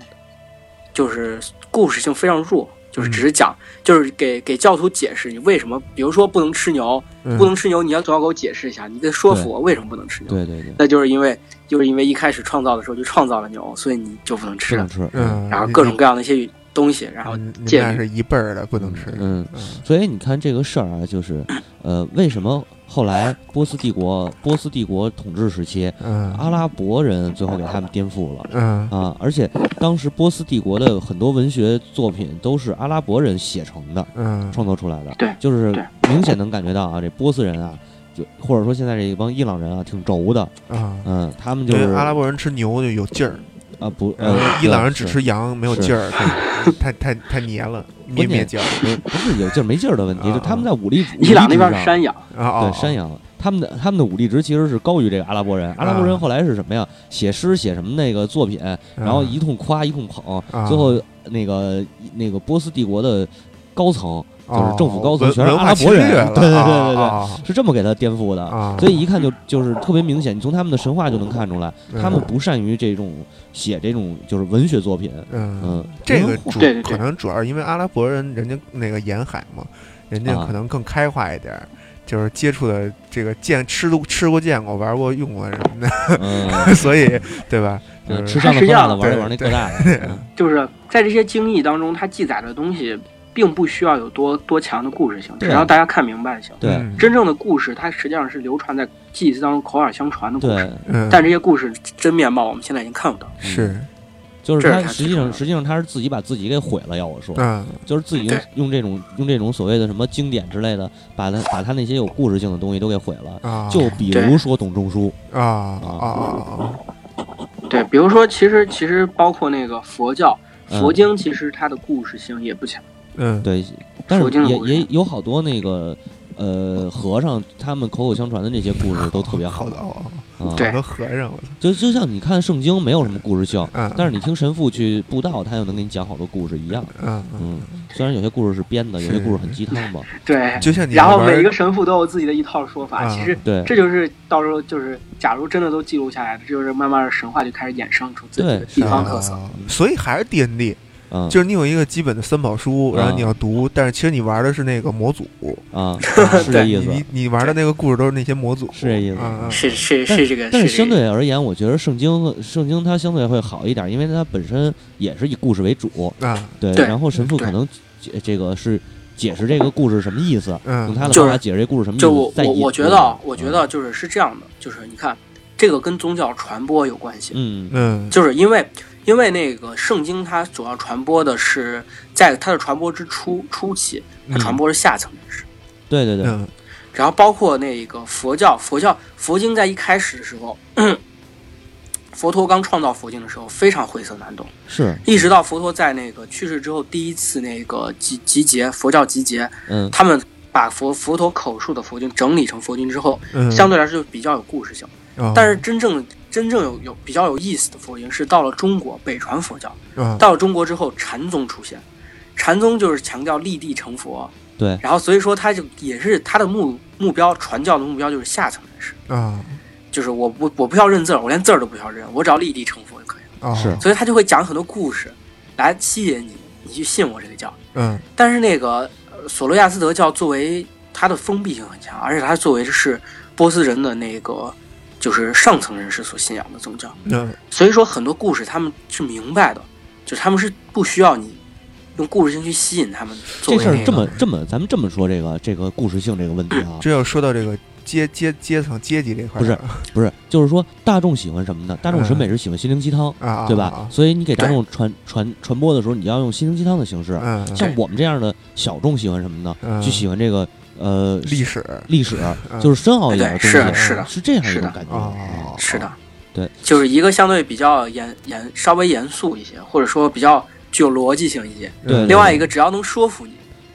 [SPEAKER 3] 就是故事性非常弱，就是只是讲，就是给给教徒解释你为什么，比如说不能吃牛，
[SPEAKER 1] 嗯，
[SPEAKER 3] 不能吃牛，你要总要给我解释一下，你得说服我为什么不能吃牛。
[SPEAKER 2] 对对对，
[SPEAKER 3] 那就是因为，就是因为一开始创造的时候就创造了牛，所以你就不能吃
[SPEAKER 2] 不
[SPEAKER 3] 了
[SPEAKER 2] 能。吃，
[SPEAKER 1] 嗯，
[SPEAKER 3] 然后各种各样的一些东西，然后
[SPEAKER 1] 嗯你们
[SPEAKER 3] 戒
[SPEAKER 1] 俩
[SPEAKER 3] 律
[SPEAKER 1] 是一辈儿的，不能吃。
[SPEAKER 2] 嗯，所以你看这个事儿啊，就是呃，为什么后来波斯帝国波斯帝国统治时期，
[SPEAKER 1] 嗯
[SPEAKER 2] 阿拉伯人最后给他们颠覆了。
[SPEAKER 1] 嗯
[SPEAKER 2] 啊！而且当时波斯帝国的很多文学作品都是阿拉伯人写成的，
[SPEAKER 1] 嗯
[SPEAKER 2] 创作出来的，
[SPEAKER 3] 对
[SPEAKER 2] 就是
[SPEAKER 3] 对
[SPEAKER 2] 明显能感觉到啊，这波斯人啊，就或者说现在这帮伊朗人啊，挺轴的，
[SPEAKER 1] 啊，
[SPEAKER 2] 嗯，他们
[SPEAKER 1] 因
[SPEAKER 2] 就是
[SPEAKER 1] 为阿拉伯人吃牛就有劲儿，
[SPEAKER 2] 啊不，
[SPEAKER 1] 然
[SPEAKER 2] 呃
[SPEAKER 1] 后，伊朗人只吃
[SPEAKER 2] 是
[SPEAKER 1] 羊没有
[SPEAKER 2] 是
[SPEAKER 1] 劲儿，太太太太黏了，灭灭劲儿
[SPEAKER 2] 不是不是有劲儿没劲儿的问题，
[SPEAKER 1] 啊
[SPEAKER 2] 就他们在武力
[SPEAKER 3] <laughs> 伊朗那边
[SPEAKER 2] 武力值
[SPEAKER 3] 是
[SPEAKER 2] 上
[SPEAKER 3] 山羊，
[SPEAKER 1] 啊啊！
[SPEAKER 2] 对山羊，他们的他们的武力值其实是高于这个阿拉伯人，阿拉伯人
[SPEAKER 1] 啊
[SPEAKER 2] 后来是什么呀？写诗写什么那个作品，然后一通夸一通
[SPEAKER 1] 啊
[SPEAKER 2] 捧，最后那个那个波斯帝国的高层就是政府高层全是
[SPEAKER 1] 哦文
[SPEAKER 2] 阿拉伯人，对对对对对，
[SPEAKER 1] 啊
[SPEAKER 2] 是这么给他颠覆的。
[SPEAKER 1] 啊，
[SPEAKER 2] 所以一看就就是特别明显，你从他们的神话就能看出来，
[SPEAKER 1] 嗯
[SPEAKER 2] 他们不善于这种写这种就是文学作品，
[SPEAKER 1] 嗯，
[SPEAKER 2] 嗯，
[SPEAKER 1] 这个
[SPEAKER 2] 文化
[SPEAKER 1] 主
[SPEAKER 3] 对对对
[SPEAKER 1] 可能主要是因为阿拉伯人人家那个沿海嘛，人家
[SPEAKER 2] 啊
[SPEAKER 1] 可能更开化一点儿，就是接触的这个见吃都吃过见过玩过用过什么 <laughs> 的，
[SPEAKER 2] 嗯
[SPEAKER 1] 所以对吧？就
[SPEAKER 2] 嗯，
[SPEAKER 1] 是
[SPEAKER 2] 吃上了喝大了玩一玩那
[SPEAKER 1] 对
[SPEAKER 2] 各大
[SPEAKER 1] <laughs>
[SPEAKER 2] 的，
[SPEAKER 3] 就是在这些经义当中，它记载的东西并不需要有多多强的故事性，只
[SPEAKER 2] 对啊
[SPEAKER 3] 要大家看明白就行。
[SPEAKER 2] 对
[SPEAKER 1] 嗯
[SPEAKER 3] 真正的故事，它实际上是流传在祭祀当中口耳相传的故事。
[SPEAKER 2] 对，
[SPEAKER 1] 嗯
[SPEAKER 3] 但这些故事真面貌，我们现在已经看不到。
[SPEAKER 1] 是
[SPEAKER 2] 就是他
[SPEAKER 3] 这是他
[SPEAKER 2] 实际上实际上他是自己把自己给毁了，要我说，
[SPEAKER 1] 嗯
[SPEAKER 2] 就是自己用
[SPEAKER 3] 对
[SPEAKER 2] 用这种用这种所谓的什么经典之类的，把他把他那些有故事性的东西都给毁了。
[SPEAKER 1] 啊
[SPEAKER 2] 就比如
[SPEAKER 3] 对
[SPEAKER 2] 说董仲舒，
[SPEAKER 1] 啊啊啊啊
[SPEAKER 3] 对，比如说，其实其实包括那个佛教，
[SPEAKER 2] 嗯
[SPEAKER 3] 佛经其实它的故事性也不强。
[SPEAKER 1] 嗯
[SPEAKER 2] 对，但是
[SPEAKER 3] 佛经的
[SPEAKER 2] 也
[SPEAKER 3] 故事
[SPEAKER 2] 也有好多那个呃和尚他们口口相传的那些故事都特别好
[SPEAKER 1] 好的哦，
[SPEAKER 2] 啊，
[SPEAKER 3] 对
[SPEAKER 1] 好多和尚我操
[SPEAKER 2] 就就像你看圣经没有什么故事性，
[SPEAKER 1] 嗯
[SPEAKER 2] 但是你听神父去布道，他又能给你讲好多故事一样。
[SPEAKER 1] 嗯嗯，
[SPEAKER 2] 嗯，虽然有些故事是编的，有些
[SPEAKER 1] 是
[SPEAKER 2] 故事很鸡汤吧。
[SPEAKER 3] 对，
[SPEAKER 1] 就像你
[SPEAKER 3] 然后
[SPEAKER 1] 玩
[SPEAKER 3] 每一个神父都有自己的一套说
[SPEAKER 2] 嗯
[SPEAKER 3] 法。
[SPEAKER 1] 啊
[SPEAKER 3] 其实
[SPEAKER 2] 对
[SPEAKER 3] 这就是到时候就是，假如真的都记录下来，这就是慢慢神话就开始衍生出自己的
[SPEAKER 2] 对
[SPEAKER 3] 地方特色。
[SPEAKER 1] 啊所以还是 D N D，
[SPEAKER 2] 嗯
[SPEAKER 1] 就是你有一个基本的三宝书，然后你
[SPEAKER 3] 嗯
[SPEAKER 1] 要读，但是其实你玩的是那个模组，
[SPEAKER 3] <laughs>
[SPEAKER 2] 啊，
[SPEAKER 1] <laughs>
[SPEAKER 2] 是这
[SPEAKER 3] 对
[SPEAKER 2] 意
[SPEAKER 1] 你
[SPEAKER 2] 思。
[SPEAKER 1] 你你玩的那个故事都是那些模组，
[SPEAKER 2] 是这意思
[SPEAKER 1] 啊
[SPEAKER 3] 是是
[SPEAKER 2] 但
[SPEAKER 3] 是这个，
[SPEAKER 2] 但是
[SPEAKER 3] 这
[SPEAKER 2] 相
[SPEAKER 3] 个。
[SPEAKER 2] 对而言，我觉得圣经圣经它相对会好一点，因为它本身也是以故事为主。
[SPEAKER 1] 啊啊
[SPEAKER 2] 对，
[SPEAKER 3] 对
[SPEAKER 2] 然后神父
[SPEAKER 3] 对
[SPEAKER 2] 可能这这个是解释这个故事什么意思，用
[SPEAKER 1] 嗯，
[SPEAKER 2] 他的
[SPEAKER 3] 就
[SPEAKER 2] 方法
[SPEAKER 3] 是
[SPEAKER 2] 解释这故事什么意思。
[SPEAKER 3] 就我
[SPEAKER 2] 再
[SPEAKER 3] 我
[SPEAKER 2] 引嗯
[SPEAKER 3] 我觉
[SPEAKER 2] 出
[SPEAKER 3] 得啊
[SPEAKER 2] 来，
[SPEAKER 3] 我觉得就是是这样的，就是你看，这个跟宗教传播有关系，
[SPEAKER 2] 嗯，
[SPEAKER 1] 嗯
[SPEAKER 3] 就是因为因为那个圣经它主要传播的是在它的传播之初初期，它传播是下层人士，
[SPEAKER 2] 对对对，
[SPEAKER 1] 嗯
[SPEAKER 3] 然后包括那个佛教，佛教佛经在一开始的时候， <clears throat> 佛陀刚创造佛经的时候非常晦涩难懂，
[SPEAKER 2] 是，
[SPEAKER 3] 一直到佛陀在那个去世之后第一次那个集集结佛教集结，
[SPEAKER 2] 嗯，
[SPEAKER 3] 他们把佛佛陀口述的佛经整理成佛经之后，
[SPEAKER 1] 嗯，
[SPEAKER 3] 相对来说就比较有故事性。
[SPEAKER 1] 哦，
[SPEAKER 3] 但是真正真正有有比较有意思的佛经是到了中国北传佛教，
[SPEAKER 1] 啊
[SPEAKER 3] 到了中国之后禅宗出现，禅宗就是强调立地成佛，
[SPEAKER 2] 对，
[SPEAKER 3] 然后所以说他就也是他的目目标传教的目标就是下层人士，
[SPEAKER 1] 啊
[SPEAKER 3] 就是我不我不要认字儿，我连字儿都不要认，我只要立地成佛就可以了。
[SPEAKER 1] 啊，
[SPEAKER 2] 是
[SPEAKER 3] 所以他就会讲很多故事来吸引你，你去信我这个教。
[SPEAKER 1] 嗯
[SPEAKER 3] 但是那个呃索罗亚斯德教作为它的封闭性很强，而且它作为是波斯人的那个就是上层人士所信仰的宗教，
[SPEAKER 2] 啊
[SPEAKER 1] 嗯
[SPEAKER 3] 所以说很多故事他们是明白的，就是他们是不需要你用故事性去吸引他们作
[SPEAKER 2] 这
[SPEAKER 3] 为
[SPEAKER 2] 事儿
[SPEAKER 3] 那个。
[SPEAKER 2] 这么这么，咱们这么说这个这个故事性这个问题啊，
[SPEAKER 1] 这要说到这个阶阶阶层阶级这块儿啊
[SPEAKER 2] 不是不是，就是说大众喜欢什么呢？大众审美是喜欢心灵鸡汤，
[SPEAKER 1] 啊
[SPEAKER 3] 嗯
[SPEAKER 1] 啊，
[SPEAKER 2] 对
[SPEAKER 1] 啊
[SPEAKER 2] 吧？？所以你给大众传传传播的时候，你要用心灵鸡汤的形式。
[SPEAKER 1] 啊嗯，
[SPEAKER 2] 像我们这样的小众喜欢什么呢？
[SPEAKER 1] 嗯
[SPEAKER 2] 就喜欢这个呃
[SPEAKER 1] 历史
[SPEAKER 2] 历史，
[SPEAKER 1] 嗯
[SPEAKER 2] 就是深奥一点的东西，
[SPEAKER 3] 哎对
[SPEAKER 1] 是是
[SPEAKER 3] 的
[SPEAKER 2] 是这样一
[SPEAKER 3] 是
[SPEAKER 2] 种
[SPEAKER 3] 的啊
[SPEAKER 2] 感觉。啊
[SPEAKER 1] 哦，
[SPEAKER 3] 是的，
[SPEAKER 2] 对，
[SPEAKER 3] 就是一个相对比较严严稍微严肃一些，或者说比较具有逻辑性一些。
[SPEAKER 1] 嗯，
[SPEAKER 2] 对
[SPEAKER 3] 另外一个，只要能说服你，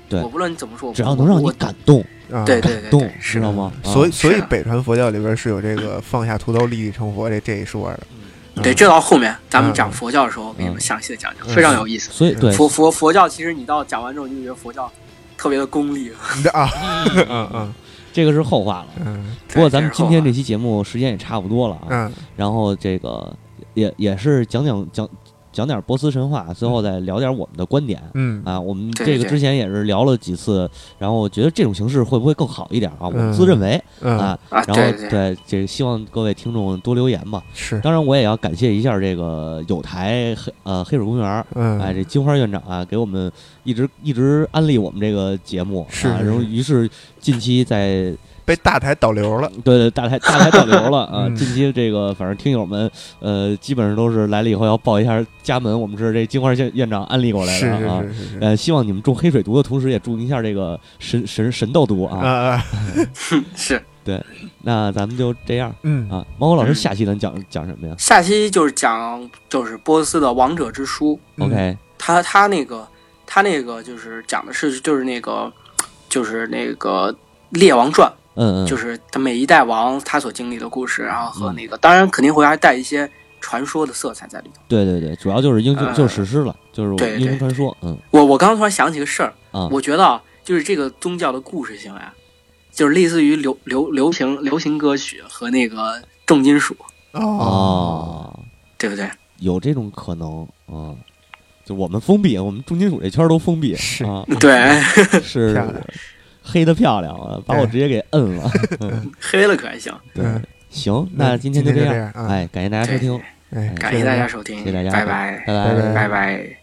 [SPEAKER 2] 对
[SPEAKER 3] 我不论你怎么说，我
[SPEAKER 2] 只要能让你
[SPEAKER 3] 我
[SPEAKER 2] 感动，
[SPEAKER 1] 啊
[SPEAKER 3] 对对
[SPEAKER 2] 感
[SPEAKER 3] 对
[SPEAKER 2] 动
[SPEAKER 3] 对，，是
[SPEAKER 2] 知道
[SPEAKER 3] 的，
[SPEAKER 2] 吗？啊
[SPEAKER 1] 所以，所以
[SPEAKER 3] 是的
[SPEAKER 1] 北传佛教里边是有这个放下屠刀立地成佛这这一说的。嗯
[SPEAKER 3] 对，这到后面咱
[SPEAKER 1] 嗯
[SPEAKER 3] 们讲佛教的时候，我给你
[SPEAKER 2] 嗯
[SPEAKER 3] 们详细的讲讲，
[SPEAKER 1] 嗯
[SPEAKER 3] 非常有意思。
[SPEAKER 2] 啊所以对，
[SPEAKER 3] 佛佛佛教其实你到讲完之后，你就觉得佛教特别的功利。
[SPEAKER 1] 你的啊， <laughs> 嗯嗯
[SPEAKER 2] 这个是后话了。
[SPEAKER 1] 嗯
[SPEAKER 2] 不过咱们
[SPEAKER 3] 这是
[SPEAKER 2] 今
[SPEAKER 3] 后
[SPEAKER 2] 天
[SPEAKER 3] 话
[SPEAKER 2] 这期节目时间也差不多了啊，
[SPEAKER 1] 嗯
[SPEAKER 2] 然后这个也也是讲讲讲讲点波斯神话，最后再聊点我们的观点。
[SPEAKER 1] 嗯
[SPEAKER 2] 啊，我们
[SPEAKER 3] 嗯对
[SPEAKER 2] 这个
[SPEAKER 3] 对
[SPEAKER 2] 之前也是聊了几次，然后我觉得这种形式会不会更好一点啊？我
[SPEAKER 1] 嗯
[SPEAKER 2] 自认为
[SPEAKER 1] 嗯，
[SPEAKER 2] 啊，
[SPEAKER 3] 啊，
[SPEAKER 2] 然后
[SPEAKER 3] 对嗯对，
[SPEAKER 2] 对这希望各位听众多留言吧。
[SPEAKER 1] 是，
[SPEAKER 2] 当然，我也要感谢一下这个有台黑呃黑水公园儿，哎，
[SPEAKER 1] 嗯
[SPEAKER 2] 这金花院长啊，给我们一直一直安利我们这个节目，
[SPEAKER 1] 是
[SPEAKER 2] 啊，
[SPEAKER 1] 是
[SPEAKER 2] 然后
[SPEAKER 1] 是
[SPEAKER 2] 于是近期在
[SPEAKER 1] 被大台导流了。
[SPEAKER 2] 对对大台大台导流
[SPEAKER 1] <laughs>
[SPEAKER 2] 了啊，
[SPEAKER 1] 嗯
[SPEAKER 2] 近期这个反正听友们呃基本上都是来了以后要报一下家门，我们是这金花院院长安利过来
[SPEAKER 1] 是
[SPEAKER 2] 的啊。
[SPEAKER 1] 是是是是
[SPEAKER 2] 呃，希望你们中黑水毒的同时，也注意一下这个神神神斗毒
[SPEAKER 1] 啊
[SPEAKER 2] 啊。
[SPEAKER 1] 啊
[SPEAKER 3] 是
[SPEAKER 2] 那咱们就这样
[SPEAKER 1] 嗯
[SPEAKER 2] 啊。猫火老师，
[SPEAKER 3] 嗯
[SPEAKER 2] 下期咱讲讲什么呀
[SPEAKER 3] 下期就是讲就是波斯的《王者之书》，
[SPEAKER 1] 嗯
[SPEAKER 2] ？OK，
[SPEAKER 3] 他他那个他那个就是讲的是就是那个就是那个《列王传》，
[SPEAKER 2] 嗯嗯，
[SPEAKER 3] 就是他每一代王他所经历的故事，然后和
[SPEAKER 2] 嗯
[SPEAKER 3] 那个当然肯定会还带一些传说的色彩在里头。
[SPEAKER 2] 对对对，主要就是英雄
[SPEAKER 3] 呃
[SPEAKER 2] 就是史诗了，就是我
[SPEAKER 3] 对
[SPEAKER 2] 英雄
[SPEAKER 3] 对
[SPEAKER 2] 传说，嗯
[SPEAKER 3] 我我刚刚突然想起个事儿，
[SPEAKER 2] 啊，
[SPEAKER 3] 我觉得啊，就是这个宗教的故事性呀、就是类似于流流流行流行歌曲和那个重金属，
[SPEAKER 1] 哦，
[SPEAKER 2] 哦，<laughs>
[SPEAKER 3] 对不对？
[SPEAKER 2] 有这种可能啊。就我们封闭，我们重金属这圈儿都封闭，
[SPEAKER 1] 是
[SPEAKER 2] 啊，
[SPEAKER 3] 对， <laughs>
[SPEAKER 2] 是
[SPEAKER 1] 漂亮
[SPEAKER 2] 黑的漂亮啊，把我直接给摁了。嗯
[SPEAKER 3] 黑了可还行。
[SPEAKER 2] 对
[SPEAKER 1] 嗯，
[SPEAKER 2] 行，
[SPEAKER 1] 那
[SPEAKER 2] 那今天
[SPEAKER 1] 就
[SPEAKER 2] 就这
[SPEAKER 1] 这
[SPEAKER 2] 样，哎
[SPEAKER 1] 样啊
[SPEAKER 2] 哎，感谢大家收听，
[SPEAKER 1] 哎，
[SPEAKER 3] 感谢大家收听，
[SPEAKER 2] 谢谢大家，
[SPEAKER 3] 拜拜，
[SPEAKER 2] 拜
[SPEAKER 1] 拜
[SPEAKER 3] 拜拜。